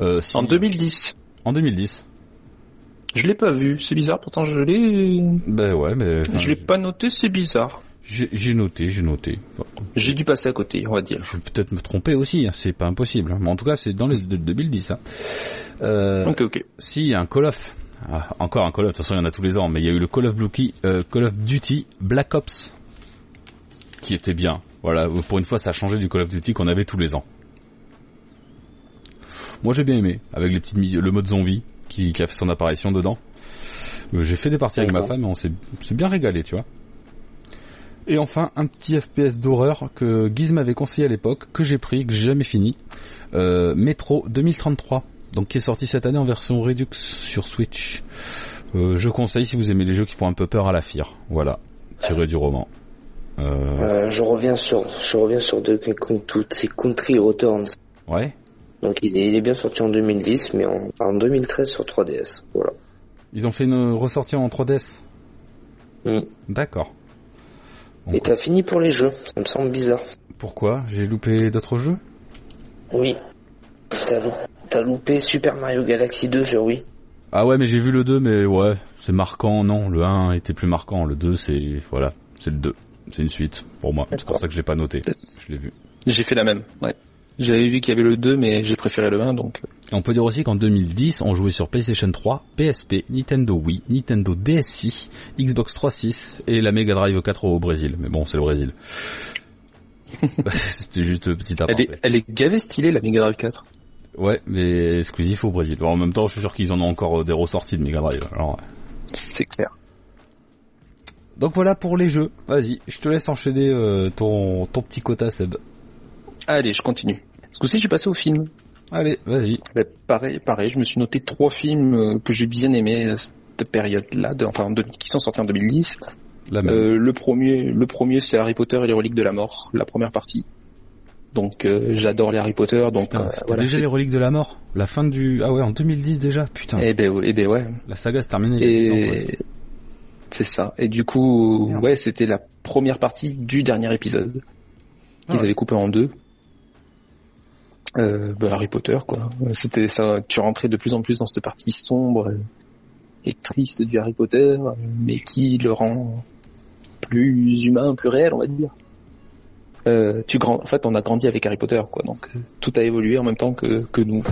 Euh, En sinon- 2010. en 2010. Je l'ai pas vu, c'est bizarre, pourtant je l'ai. Ben ouais, mais Je l'ai pas noté, c'est bizarre. j'ai j'ai noté, j'ai noté. J'ai dû passer à côté, on va dire. Je vais peut-être me tromper aussi, hein, c'est pas impossible. hein. Mais en tout cas, c'est dans les de- 2010. Hein. Euh, Ok, ok. Si, il y a un Call of. Ah, encore un Call of, de toute façon il y en a tous les ans, mais il y a eu le Call of, Duty, euh, Call of Duty Black Ops, qui était bien. Voilà, pour une fois ça a changé du Call of Duty qu'on avait tous les ans. Moi j'ai bien aimé, avec les petites mis- le mode zombie qui, qui a fait son apparition dedans. Euh, J'ai fait des parties avec ma D'accord. femme et on s'est on s'est bien régalé, tu vois. Et enfin, un petit FPS d'horreur que Guiz m'avait conseillé à l'époque, que j'ai pris, que j'ai jamais fini. Euh, Metro 2033 donc qui est sorti cette année en version Redux sur Switch. Euh, je conseille si vous aimez les jeux qui font un peu peur à la fire. Voilà, tiré du roman. Euh, Euh, je reviens sur, je reviens sur Donkey Kong Country- Country Returns. ouais. Donc il est, il est bien sorti en 2010, mais en, en 2013 sur 3DS. Voilà. Ils ont fait une ressortie en 3DS. Mm. D'accord. Et t'as fini pour les jeux, ça me semble bizarre. Pourquoi J'ai loupé d'autres jeux Oui. T'as lou- t'as loupé Super Mario Galaxy 2 sur Wii. Ah ouais, mais j'ai vu le 2, mais ouais, c'est marquant. Non, le 1 était plus marquant. Le 2, c'est voilà, c'est le 2. C'est une suite pour moi. C'est pour D'accord. ça que je l'ai pas noté. Je l'ai vu. J'ai fait la même, ouais. J'avais vu qu'il y avait le 2, mais j'ai préféré le 1, donc. euh, Et On peut dire aussi qu'en 2010, on jouait sur PlayStation 3, PSP, Nintendo Wii, Nintendo DSi, Xbox 360 et la Mega Drive 4 au Brésil. Mais bon, c'est le Brésil. C'était juste le petit Elle aparté. est, elle est gavée stylée, la Mega Drive 4. Ouais, mais exclusif au Brésil. Bon, en même temps, je suis sûr qu'ils en ont encore euh, des ressorties de Mega Drive. Alors, ouais. C'est clair. Donc voilà pour les jeux. Vas-y, je te laisse enchaîner euh, ton, ton petit quota, Seb. Allez, je continue. Ce coup-ci, j'ai passé au film. Allez, vas-y. Bah, pareil, pareil, je me suis noté trois films euh, que j'ai bien aimés à cette période-là, de- enfin, de- qui sont sortis en 2010. La même. Euh, le premier, le premier c'est Harry Potter et les reliques de la mort, la première partie. Donc euh, j'adore les Harry Potter, donc Putain, euh, c'était voilà. déjà les reliques de la mort. La fin du... Ah ouais, en 2010 déjà. Putain, Eh ben, ouais, eh ben ouais. la saga se terminait. il y a 10 ans, presque. Et c'est ça. Et du coup, Merde. ouais, c'était la première partie du dernier épisode Ah qu'ils ouais. avaient coupé en deux. Euh, bah, Harry Potter, quoi. C'était ça. Tu rentrais de plus en plus dans cette partie sombre et triste du Harry Potter, mais qui le rend plus humain, plus réel, on va dire. Euh, tu grand... En fait, on a grandi avec Harry Potter, quoi. Donc euh, tout a évolué en même temps que, que nous.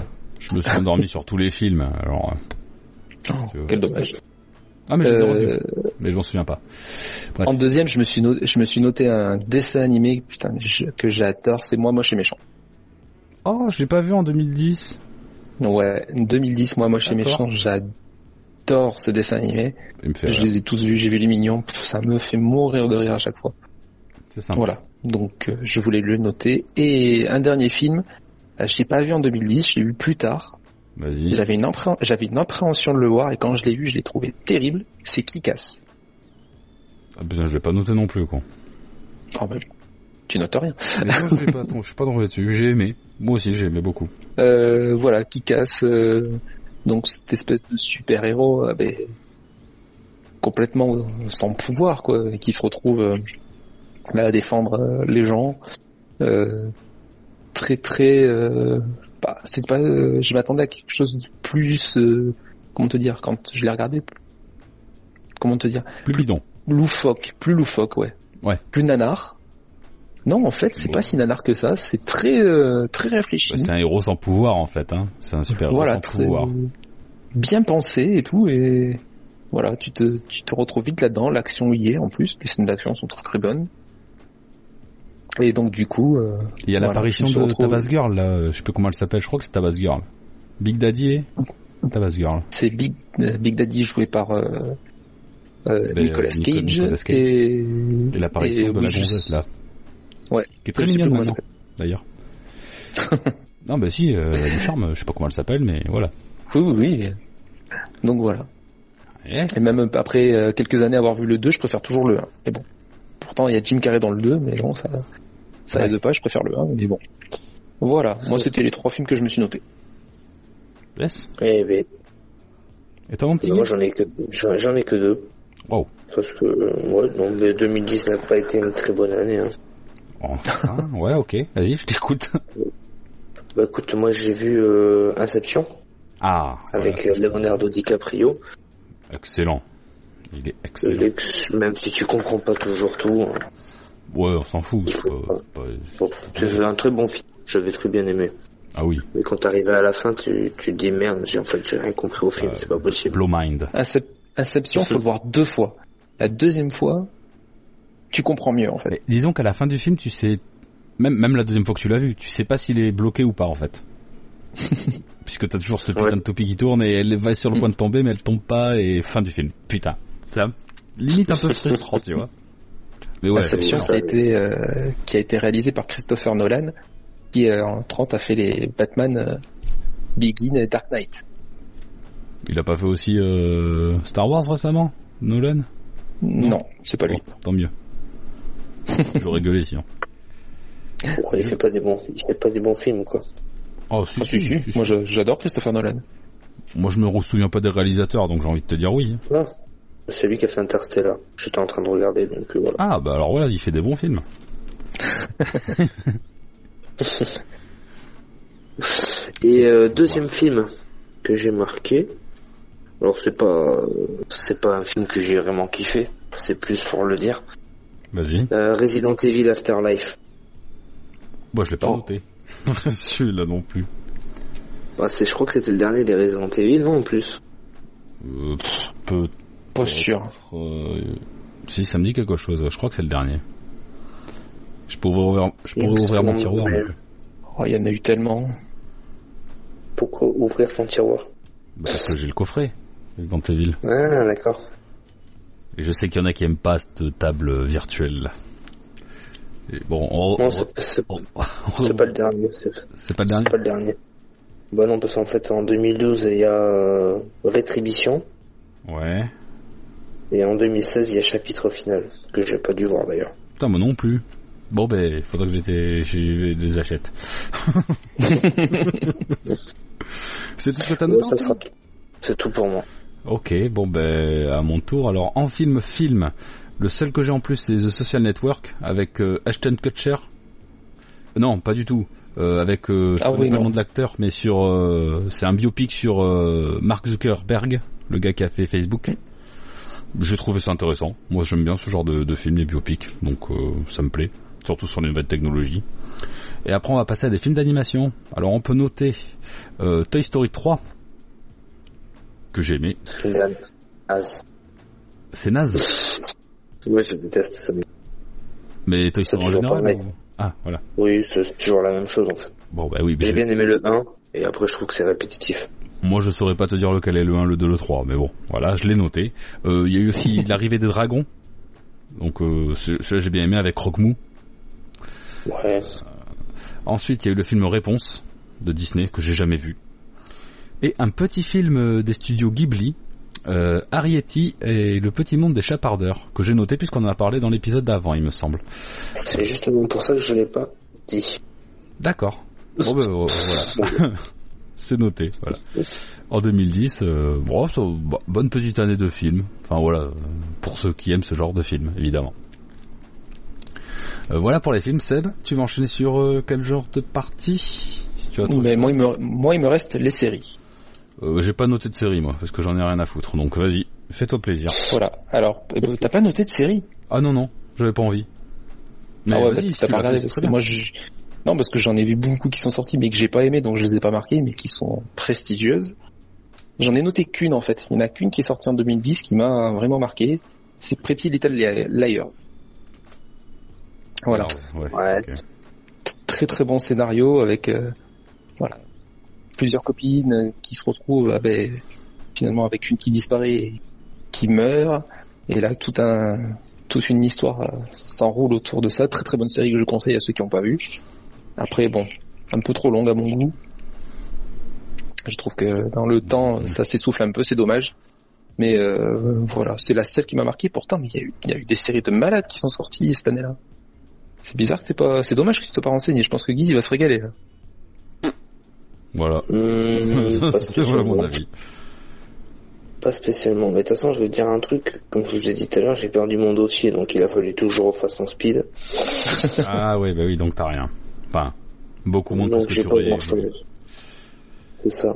Je me suis endormi sur tous les films. Alors, euh, Oh, vois. quel dommage. Ah mais euh, je les ai Euh, revus, mais je m'en souviens pas. Bref. En deuxième, je me suis noté, je me suis noté un dessin animé putain, je- que j'adore, c'est Moi Moche et Méchant. Oh, je l'ai pas vu en 2010. Ouais, 2010, Moi Moche et D'accord. Méchant, j'adore ce dessin animé. Il me fait Je rire. les ai tous vus, j'ai vu les mignons, pff, ça me fait mourir de rire à chaque fois. C'est sympa. Voilà, donc euh, je voulais le noter. Et un dernier film, euh, je l'ai pas vu en 2010, je l'ai vu plus tard. Vas-y. J'avais une, impré- j'avais une appréhension de le voir et quand je l'ai vu, je l'ai trouvé terrible. C'est Kikas. Ah, putain, je l'ai pas noté non plus quoi. Oh, bah, tu notes rien. Mais moi, je l'ai pas, je suis pas tombé dessus. J'ai aimé. Moi aussi, j'ai aimé beaucoup. Euh, voilà, qui casse euh, donc cette espèce de super héros complètement sans pouvoir quoi, et qui se retrouve euh, là à défendre euh, les gens. Euh, très très, euh, bah, c'est pas, euh, je m'attendais à quelque chose de plus, euh, comment te dire, quand je l'ai regardé, comment te dire, Plus bidon. loufoque, plus loufoque, ouais. Ouais. Plus nanar. Non, en fait, c'est Bon. pas si nanar que ça. C'est très euh, très réfléchi Bah, c'est un héros sans pouvoir en fait. Hein. C'est un super héros voilà, sans très- pouvoir. bien pensé et tout, et voilà, tu te, tu te retrouves vite là-dedans. L'action y est en plus, les scènes d'action sont très très bonnes. Et donc du coup, euh, Il y a Voilà, l'apparition on se de retrouve- Tabas Girl là. euh, Je sais plus comment elle s'appelle. Je crois que c'est Tabas Girl. Big Daddy et Tabas Girl. c'est Big, euh, Big Daddy joué par euh, euh, Ben, Nicolas Nico- Cage, Nicolas Cage. et, Et l'apparition et de la Wish- gonzesse là. Ouais. Qui est Je très sais mignonne plus comment elle maintenant, d'ailleurs. non, bah si, euh, elle a du charme, je sais pas comment elle s'appelle, mais voilà. Oui, oui, oui. Donc voilà. Eh, Et même après euh, quelques années avoir vu le 2, je préfère toujours le 1. Mais bon. Pourtant, il y a Jim Carrey dans le 2, mais bon, ça ça Ouais. aide pas, je préfère le 1, mais bon. Voilà, moi c'était les trois films que je me suis noté. yes. Eh ben, Et toi, mon petit moi Guy j'en ai que j'en j'en ai que deux. Wow. Parce que euh, ouais, non, mais 2010 n'a pas été une très bonne année. hein. Oh, ah, Ouais, ok, vas-y, je t'écoute. Bah écoute, moi j'ai vu euh, Inception Ah, voilà, avec c'est- euh, Leonardo DiCaprio. excellent. Il est excellent. Lex- Même si tu comprends pas toujours tout, hein, Ouais, on s'en fout. c'est pas- pas- bon, c'est un très bon film. J'avais très bien aimé. Ah oui, Mais quand t'arrives à la fin, tu, tu te dis merde, j'ai en fait j'ai rien compris au film, Euh, c'est pas possible. Blow Mind. Incep- Inception, faut le voir deux fois. La deuxième fois, tu comprends mieux en fait. Mais disons qu'à la fin du film, tu sais, même, même la deuxième fois que tu l'as vu, tu sais pas s'il est bloqué ou pas en fait. Puisque t'as toujours ce putain Ouais. de toupie qui tourne et elle va sur le Mm. point de tomber, mais elle tombe pas et fin du film. Putain, ça limite un peu frustrant, tu vois. Mais ouais, Inception mais- qui a, été, euh, qui a été réalisé par Christopher Nolan, qui euh, en 30 a fait les Batman euh, Begin et Dark Knight. il a pas fait aussi euh, Star Wars récemment, Nolan. Non, c'est pas lui. Bon, tant mieux. J'aurais gueulé sinon. Pourquoi il fait pas des bons, il fait pas des bons films quoi. Oh, si, Ah, si, si. Moi je- j'adore Christopher Nolan. Moi, je me souviens pas des réalisateurs, donc j'ai envie de te dire oui. Non, c'est lui qui a fait Interstellar. J'étais en train de regarder donc euh, voilà. Ah, bah alors voilà, il fait des bons films. Et euh, deuxième film que j'ai marqué. Alors c'est pas euh, c'est pas un film que j'ai vraiment kiffé, c'est plus pour le dire. Vas-y. Euh, Resident Evil Afterlife. Moi, je l'ai pas Oh. noté. Celui-là non plus. Bah, c'est je crois que c'était le dernier des Resident Evil, non en plus. Euh, pff, peut-être. Pas sûr. euh, Si, ça me dit quelque chose. Je crois que c'est le dernier. Je pourrais ouvrir, je pourrais Il me ouvrir mon semble, tiroir. mais- donc. Oh, il y en a eu tellement. Pourquoi ouvrir ton tiroir Bah, parce que j'ai le coffret. Dans tes villes. Ah d'accord. Et je sais qu'il y en a qui aiment pas cette table virtuelle. là. Et Bon, on- Non, on- c'est c'est- on- c'est pas le dernier, c'est c'est pas le c'est dernier. pas le dernier. Bah non, parce qu'en fait, en 2012, il y a euh, Rétribution, Ouais. et en 2016, il y a Chapitre Final, que j'ai pas dû voir d'ailleurs. Putain, moi non plus. Bon, ben, faudrait que je les- je les achète. C'est tout ce que t'as noté Ouais, en ça sera tout. C'est tout pour moi. Ok, bon ben à mon tour. Alors en film film, le seul que j'ai en plus c'est The Social Network avec euh, Ashton Kutcher. Non, pas du tout. Euh, avec euh, je Ah connais oui, pas le non. nom de l'acteur, mais sur euh, c'est un biopic sur euh, Mark Zuckerberg, le gars qui a fait Facebook. J'ai trouvé ça intéressant. Moi j'aime bien ce genre de, de film, les biopics, donc euh, ça me plaît. Surtout sur les nouvelles technologies. Et après on va passer à des films d'animation. Alors on peut noter euh, Toy Story 3 que j'ai aimé. C'est le dernier. Ah, c'est- C'est naze. ouais, je déteste ça. Mais Toy C'est Story en toujours général pareil. ou- Ah, voilà. Oui, c'est c'est toujours la même chose en fait. Bon, bah oui, mais je- J'ai Eh bien aimé le 1, et après, je trouve que c'est répétitif. moi je saurais pas te dire lequel est le 1, le 2, le 3, mais bon, voilà, je l'ai noté. Euh, Il y a eu aussi l'arrivée des dragons. Donc, euh, ce- celui-là j'ai bien aimé avec Rockmou. Ouais. Ensuite, il y a eu le film Réponse de Disney que j'ai jamais vu. Et un petit film euh, des studios Ghibli, euh, Arietti et le petit monde des chapardeurs, que j'ai noté puisqu'on en a parlé dans l'épisode d'avant, il me semble. C'est justement pour ça que je l'ai pas dit. D'accord. Bon, ben, euh, voilà. C'est noté, voilà. En 2010, euh, bon, ça- bo- bonne petite année de film. Enfin voilà, euh, pour ceux qui aiment ce genre de film, évidemment. Euh, voilà pour les films. Seb, tu vas enchaîner sur euh, quel genre de partie si tu as trouvé Mais moi il, me, moi, il me reste les séries. Euh, J'ai pas noté de série moi, parce que j'en ai rien à foutre. Donc vas-y, fais-toi plaisir. Voilà. Alors, euh, t'as pas noté de séries Ah non non, j'avais pas envie. Mais Ah ouais, vas-y, bah, si t'as tu pas l'as regardé fait, c'est parce très que bien. moi je... Non, parce que j'en ai vu beaucoup qui sont sortis mais que j'ai pas aimé donc je les ai pas marqués mais qui sont prestigieuses. J'en ai noté qu'une en fait. Il y en a qu'une qui est sortie en 2010 qui m'a vraiment marqué. C'est Pretty Little Li- Liars. Voilà. Ah Ouais, Ouais. ok. Très très bon scénario avec euh, voilà plusieurs copines ah ben, euh, qui se retrouvent avec, finalement avec une qui disparaît et qui meurt. Et là, tout un, toute une histoire euh, s'enroule autour de ça. Très très bonne série que je conseille à ceux qui n'ont pas vu. Après, bon, un peu trop longue à mon goût. Je trouve que dans le temps, ça s'essouffle un peu, c'est dommage. Mais euh, voilà, c'est la seule qui m'a marqué. Pourtant, mais il y, a eu- il y a eu des séries de malades qui sont sorties cette année-là. C'est bizarre que t'es pas. C'est dommage que tu t'es pas renseigné. Je pense que Guy il va se régaler. Là. Voilà. Mmh, Hmm, c'est voilà pas spécialement. mon avis. Pas spécialement, mais de toute façon, je vais te dire un truc. Comme je vous ai dit tout à l'heure, j'ai perdu mon dossier, donc il a fallu toujours fasse en speed. Ah oui, bah oui, donc t'as rien. Enfin, beaucoup moins que ce donc que j'ai tu pas aurais. grand chose. C'est ça.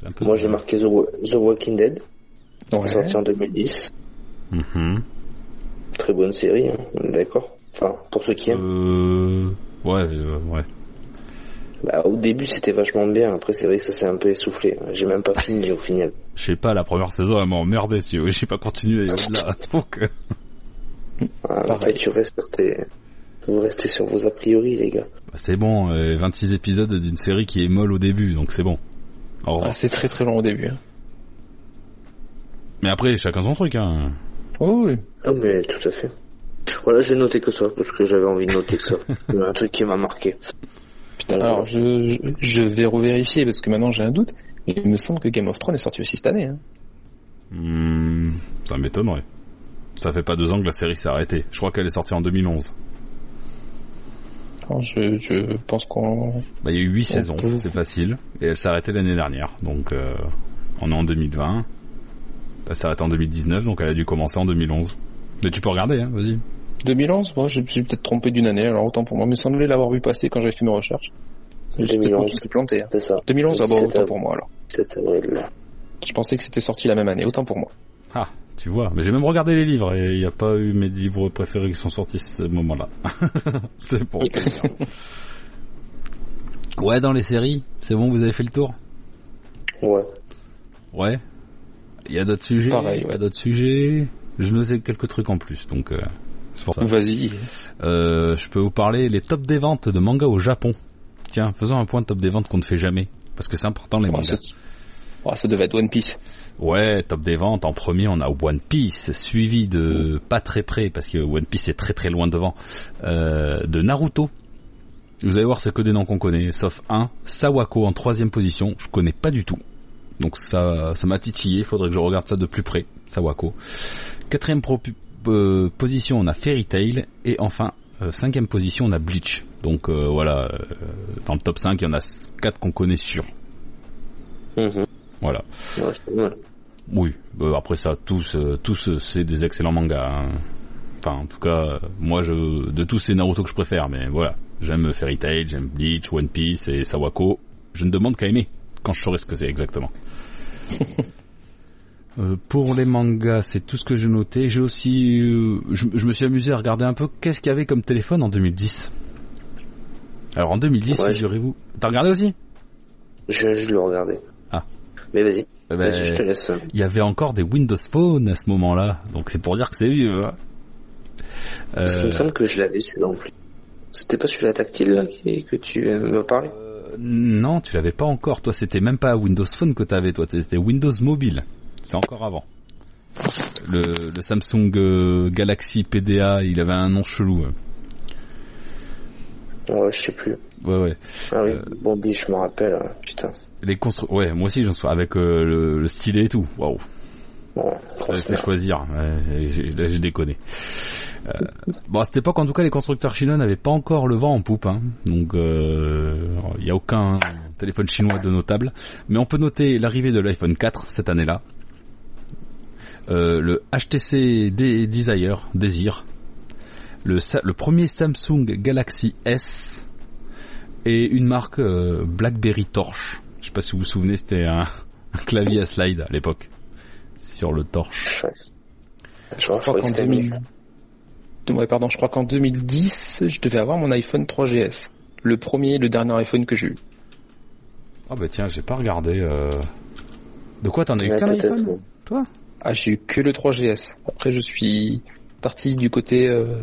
C'est un peu- Moi, j'ai marqué The, Wa- The Walking Dead, Ouais. sorti en 2010. Mhm. Très bonne série, hein, on est d'accord. Enfin, pour ceux qui aiment. Euh... Ouais, euh, ouais. Bah, au début, c'était vachement bien. Après, c'est vrai que ça s'est un peu essoufflé. J'ai même pas fini au final. Je sais pas, la première saison, elle m'a emmerdé, si tu veux. J'ai pas continué au-delà. Donc, euh, Ah, Pareil. après, tu restes sur tes... Vous restez sur vos a priori, les gars. bah, c'est bon, euh, 26 épisodes d'une série qui est molle au début, donc c'est bon. Au revoir. Ah, c'est très très long au début. hein. Mais après, chacun son truc, hein. Oh, oui. Non, mais tout à fait. Voilà, j'ai noté que ça, parce que j'avais envie de noter que ça. Il y a un truc qui m'a marqué. Putain, Alors je, je, je vais revérifier parce que maintenant j'ai un doute. mais Il me semble que Game of Thrones est sorti aussi cette année. hein. Hmm, ça m'étonnerait. Ça fait pas deux ans que la série s'est arrêtée. Je crois qu'elle est sortie en 2011. Alors, Oh, je, je pense qu'on. Bah, il y a eu huit saisons, peut- c'est facile. Et elle s'est arrêtée l'année dernière. Donc, euh, on est en 2020. Elle s'est arrêtée en 2019, donc elle a dû commencer en 2011. Mais tu peux regarder, hein, vas-y. 2011, moi je me suis peut-être trompé d'une année. Alors autant pour moi, il me semblait l'avoir vu passer quand j'avais fait mes recherches. J'ai peut-être moi qui 2011. me suis planté. hein. C'est ça, 2011, ah bon, 17 autant av- pour moi alors. 7 avril. Je pensais que c'était sorti la même année, autant pour moi. Ah, tu vois. Mais j'ai même regardé les livres et il n'y a pas eu mes livres préférés qui sont sortis à ce moment-là. c'est pour te dire. Ouais, dans les séries, c'est bon, vous avez fait le tour Ouais. Ouais. Il y a d'autres sujets. Pareil, Il y a ouais. d'autres sujets. Je notais quelques trucs en plus, donc euh, c'est pour ça. Vas-y. Euh, je peux vous parler les tops des ventes de manga au Japon. Tiens, faisons un point de top des ventes qu'on ne fait jamais. Parce que c'est important les Oh, mangas. ça- oh, ça devait être One Piece. Ouais, top des ventes. En premier, on a One Piece, suivi de pas très près parce que One Piece est très très loin devant euh, de Naruto. Vous allez voir, c'est que des noms qu'on connaît, sauf un Sawako en troisième position. Je connais pas du tout, donc ça ça m'a titillé. Faudrait que je regarde ça de plus près. Sawako. Quatrième pro- euh, position, on a Fairy Tail et enfin euh, cinquième position, on a Bleach. Donc euh, voilà, euh, dans le top 5, il y en a s- quatre qu'on connaît sûr. Mhm. Voilà. Ouais, c'est pas mal. Oui, euh, après ça, tous, euh, tous, euh, c'est des excellents mangas. hein. Enfin, en tout cas, euh, moi, je, de tous, c'est Naruto que je préfère, mais voilà. J'aime Fairy Tail, j'aime Bleach, One Piece et Sawako. Je ne demande qu'à aimer, quand je saurai ce que c'est exactement. Euh, pour les mangas, c'est tout ce que j'ai noté. J'ai aussi, euh, je, je me suis amusé à regarder un peu qu'est-ce qu'il y avait comme téléphone en 2010. Alors en 2010, Ouais. figurez-vous. T'as regardé aussi Je, je le regardais. Ah. Mais vas-y, Eh ben, vas-y, je te laisse. il y avait encore des Windows Phone à ce moment-là, donc c'est pour dire que c'est vieux. hein. Euh, Parce qu'il me semble que je l'avais celui-là en plus. C'était pas celui-là tactile là, qui- que tu euh, m'as parlé euh, non, tu l'avais pas encore. Toi, c'était même pas Windows Phone que t'avais. Toi, c'était Windows Mobile. C'est encore avant. Le, le Samsung euh, Galaxy PDA, il avait un nom chelou. hein. Ouais, je sais plus. Ouais, ouais. Ah oui, Euh. bon, oui, je me rappelle, hein, putain. Les constru- Ouais, moi aussi, j'en suis avec euh, le, le stylet et tout. Waouh. Bon, J'avais grosse fait merde. choisir. Ouais, j'ai- là, j'ai déconné. Euh, bon, à cette époque, en tout cas, les constructeurs chinois n'avaient pas encore le vent en poupe. hein. Donc, euh, il n'y a aucun téléphone chinois de notable. Mais on peut noter l'arrivée de l'iPhone 4 cette année-là. Euh, le HTC D- Desire, Désir. Le, sa- le premier Samsung Galaxy S. Et une marque euh, BlackBerry Torch. Je sais pas si vous vous souvenez, c'était un, un clavier à slide à l'époque. Sur le torche. Ouais. Je crois, Je crois qu'en 2000... Ouais, pardon, je crois qu'en 2010, je devais avoir mon iPhone 3GS. Le premier, le dernier iPhone que j'ai eu. Ah bah tiens, j'ai pas regardé. euh. De quoi t'en as eu qu'un iPhone peut-être. Ah, j'ai eu que le 3GS. Après, je suis parti du côté euh,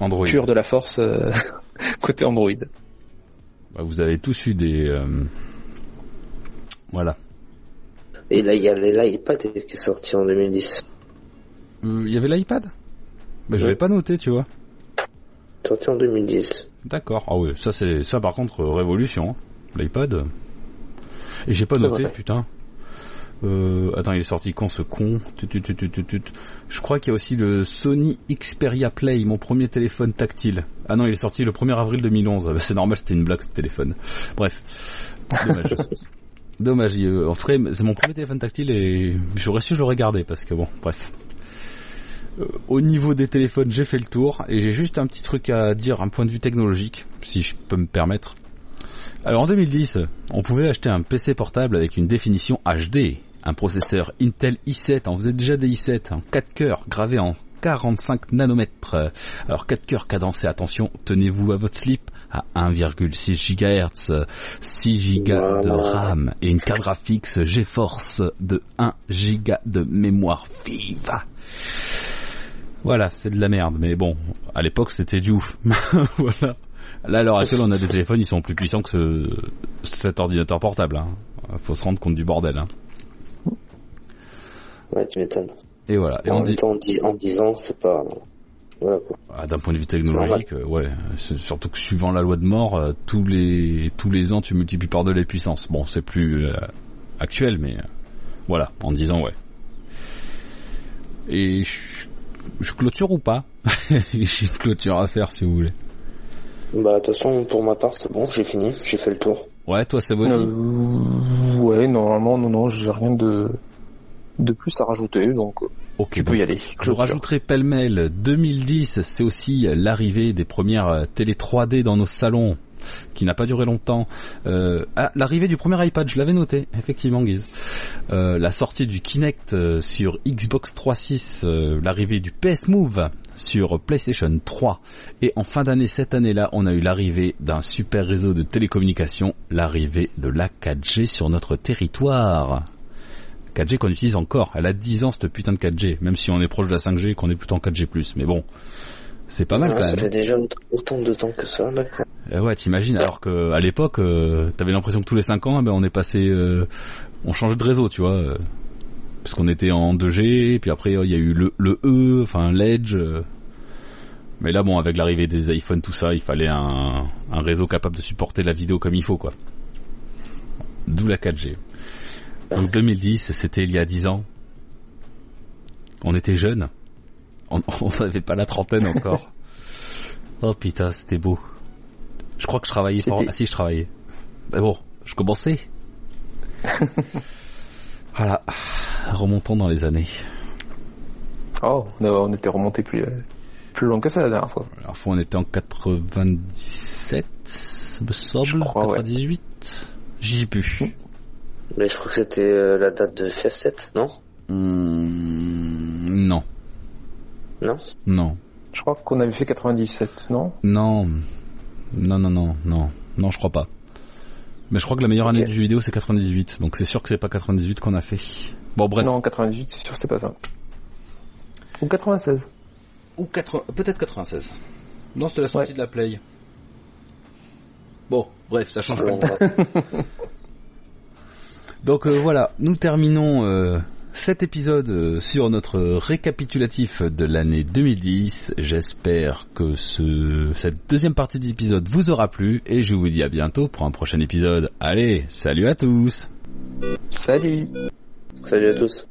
Android. pur de la force, euh, côté Android. Bah, vous avez tous eu des. euh, Voilà. Et là, il y a l'iPad qui est sorti en 2010. Euh, Il y avait l'iPad Mais je Oui. l'ai pas noté, tu vois. Sorti en 2010. D'accord. Ah oui, ça c'est ça par contre euh, révolution. hein. L'iPad. euh. Et j'ai pas C'est noté, vrai. putain. Euh, attends, il est sorti quand ce con Tut, tut, tut, tut, tut, tut. Je crois qu'il y a aussi le Sony Xperia Play, mon premier téléphone tactile. Ah non, il est sorti le 1er avril 2011. Ah bah, c'est normal, c'était une blague ce téléphone. Bref, dommage. dommage. il, euh, En tout cas, c'est mon premier téléphone tactile et j'aurais su je l'aurais gardé parce que bon, bref. Euh, Au niveau des téléphones, j'ai fait le tour et j'ai juste un petit truc à dire, un point de vue technologique, si je peux me permettre. Alors en 2010, on pouvait acheter un PC portable avec une définition HD, un processeur Intel i7, on faisait déjà des i7, en 4 cœurs, gravé en 45 nanomètres. Alors 4 cœurs cadencés, attention, tenez-vous à votre slip, à 1,6 GHz, 6 Go de Voilà. RAM et une carte graphique GeForce de 1 Go de mémoire vive. Voilà, c'est de la merde, mais bon, à l'époque c'était du ouf. voilà. Là, à l'heure actuelle, on a des téléphones, ils sont plus puissants que ce- cet ordinateur portable. Hein. Faut se rendre compte du bordel. Hein. Ouais, tu m'étonnes. Et voilà. Et on en même dit, temps, en 10, en 10 ans, c'est pas... Voilà, quoi. Ah, d'un point de vue technologique, euh, ouais, c'est surtout que suivant la loi de mort, euh, tous les tous les ans, tu multiplies par deux les puissances. Bon, c'est plus euh, actuel, mais euh, voilà, en 10 ans, ouais. Et je, je clôture ou pas J'ai une clôture à faire, si vous voulez. Bah, de toute façon, pour ma part, c'est bon, j'ai fini, j'ai fait le tour. Ouais, toi, c'est aussi. Euh, ouais, normalement, non, non, j'ai rien de, de plus à rajouter, donc euh, ok, bah, tu bon. peux y aller. Je Clôture. rajouterai pêle-mêle 2010, c'est aussi l'arrivée des premières euh, télé 3D dans nos salons, qui n'a pas duré longtemps. Euh, ah, l'arrivée du premier iPad, je l'avais noté, effectivement, Guise. Euh, la sortie du Kinect euh, sur Xbox 3.6, euh, l'arrivée du PS Move sur PlayStation 3, et en fin d'année cette année-là, on a eu l'arrivée d'un super réseau de télécommunications, l'arrivée de la 4G sur notre territoire. 4G qu'on utilise encore. Elle a 10 ans cette putain de 4G, même si on est proche de la 5G et qu'on est plutôt en 4G+. Mais bon, c'est pas mal Ouais, quand ça même. fait déjà aut- autant de temps que ça, d'accord. Eh ouais, t'imagines, alors que à l'époque, euh, t'avais l'impression que tous les 5 ans, eh ben, on est passé, euh, on changeait de réseau, tu vois. euh, parce qu'on était en 2G, puis après euh, il y a eu le, le E, enfin l'Edge. euh. Mais là, bon, avec l'arrivée des iPhones, tout ça, il fallait un, un réseau capable de supporter la vidéo comme il faut, quoi. D'où la 4G. Donc 2010, c'était il y a 10 ans. On était jeunes. On on n'avait pas la trentaine encore. oh putain, c'était beau. Je crois que je travaillais pas. C'était- Ah si, je travaillais. Mais Bah bon, je commençais. voilà. Remontons dans les années. Oh, on, a- on était remonté plus, euh, plus loin que ça la dernière fois. La dernière fois, on était en 97, ça me Je semble. crois, ouais. 98 J'y ai plus. Mais je crois que c'était euh, la date de FF7, non Hmm, non, Non non, Je crois qu'on avait fait 97, non non, non, non, non, non, non, je crois pas. Mais je crois que la meilleure année Ok. du jeu vidéo, c'est 98. Donc c'est sûr que c'est pas 98 qu'on a fait. Bon, bref. Non, 98, c'est sûr, c'était pas ça. Ou 96. Ou 80 peut-être 96. Non, c'était la sortie Ouais. de la Play. Bon, bref, ça change pas. Bon, bah, Donc euh, voilà, nous terminons euh, cet épisode euh, sur notre récapitulatif de l'année 2010. J'espère que ce, cette deuxième partie d'épisode vous aura plu et je vous dis à bientôt pour un prochain épisode. Allez, salut à tous Salut Salut à tous.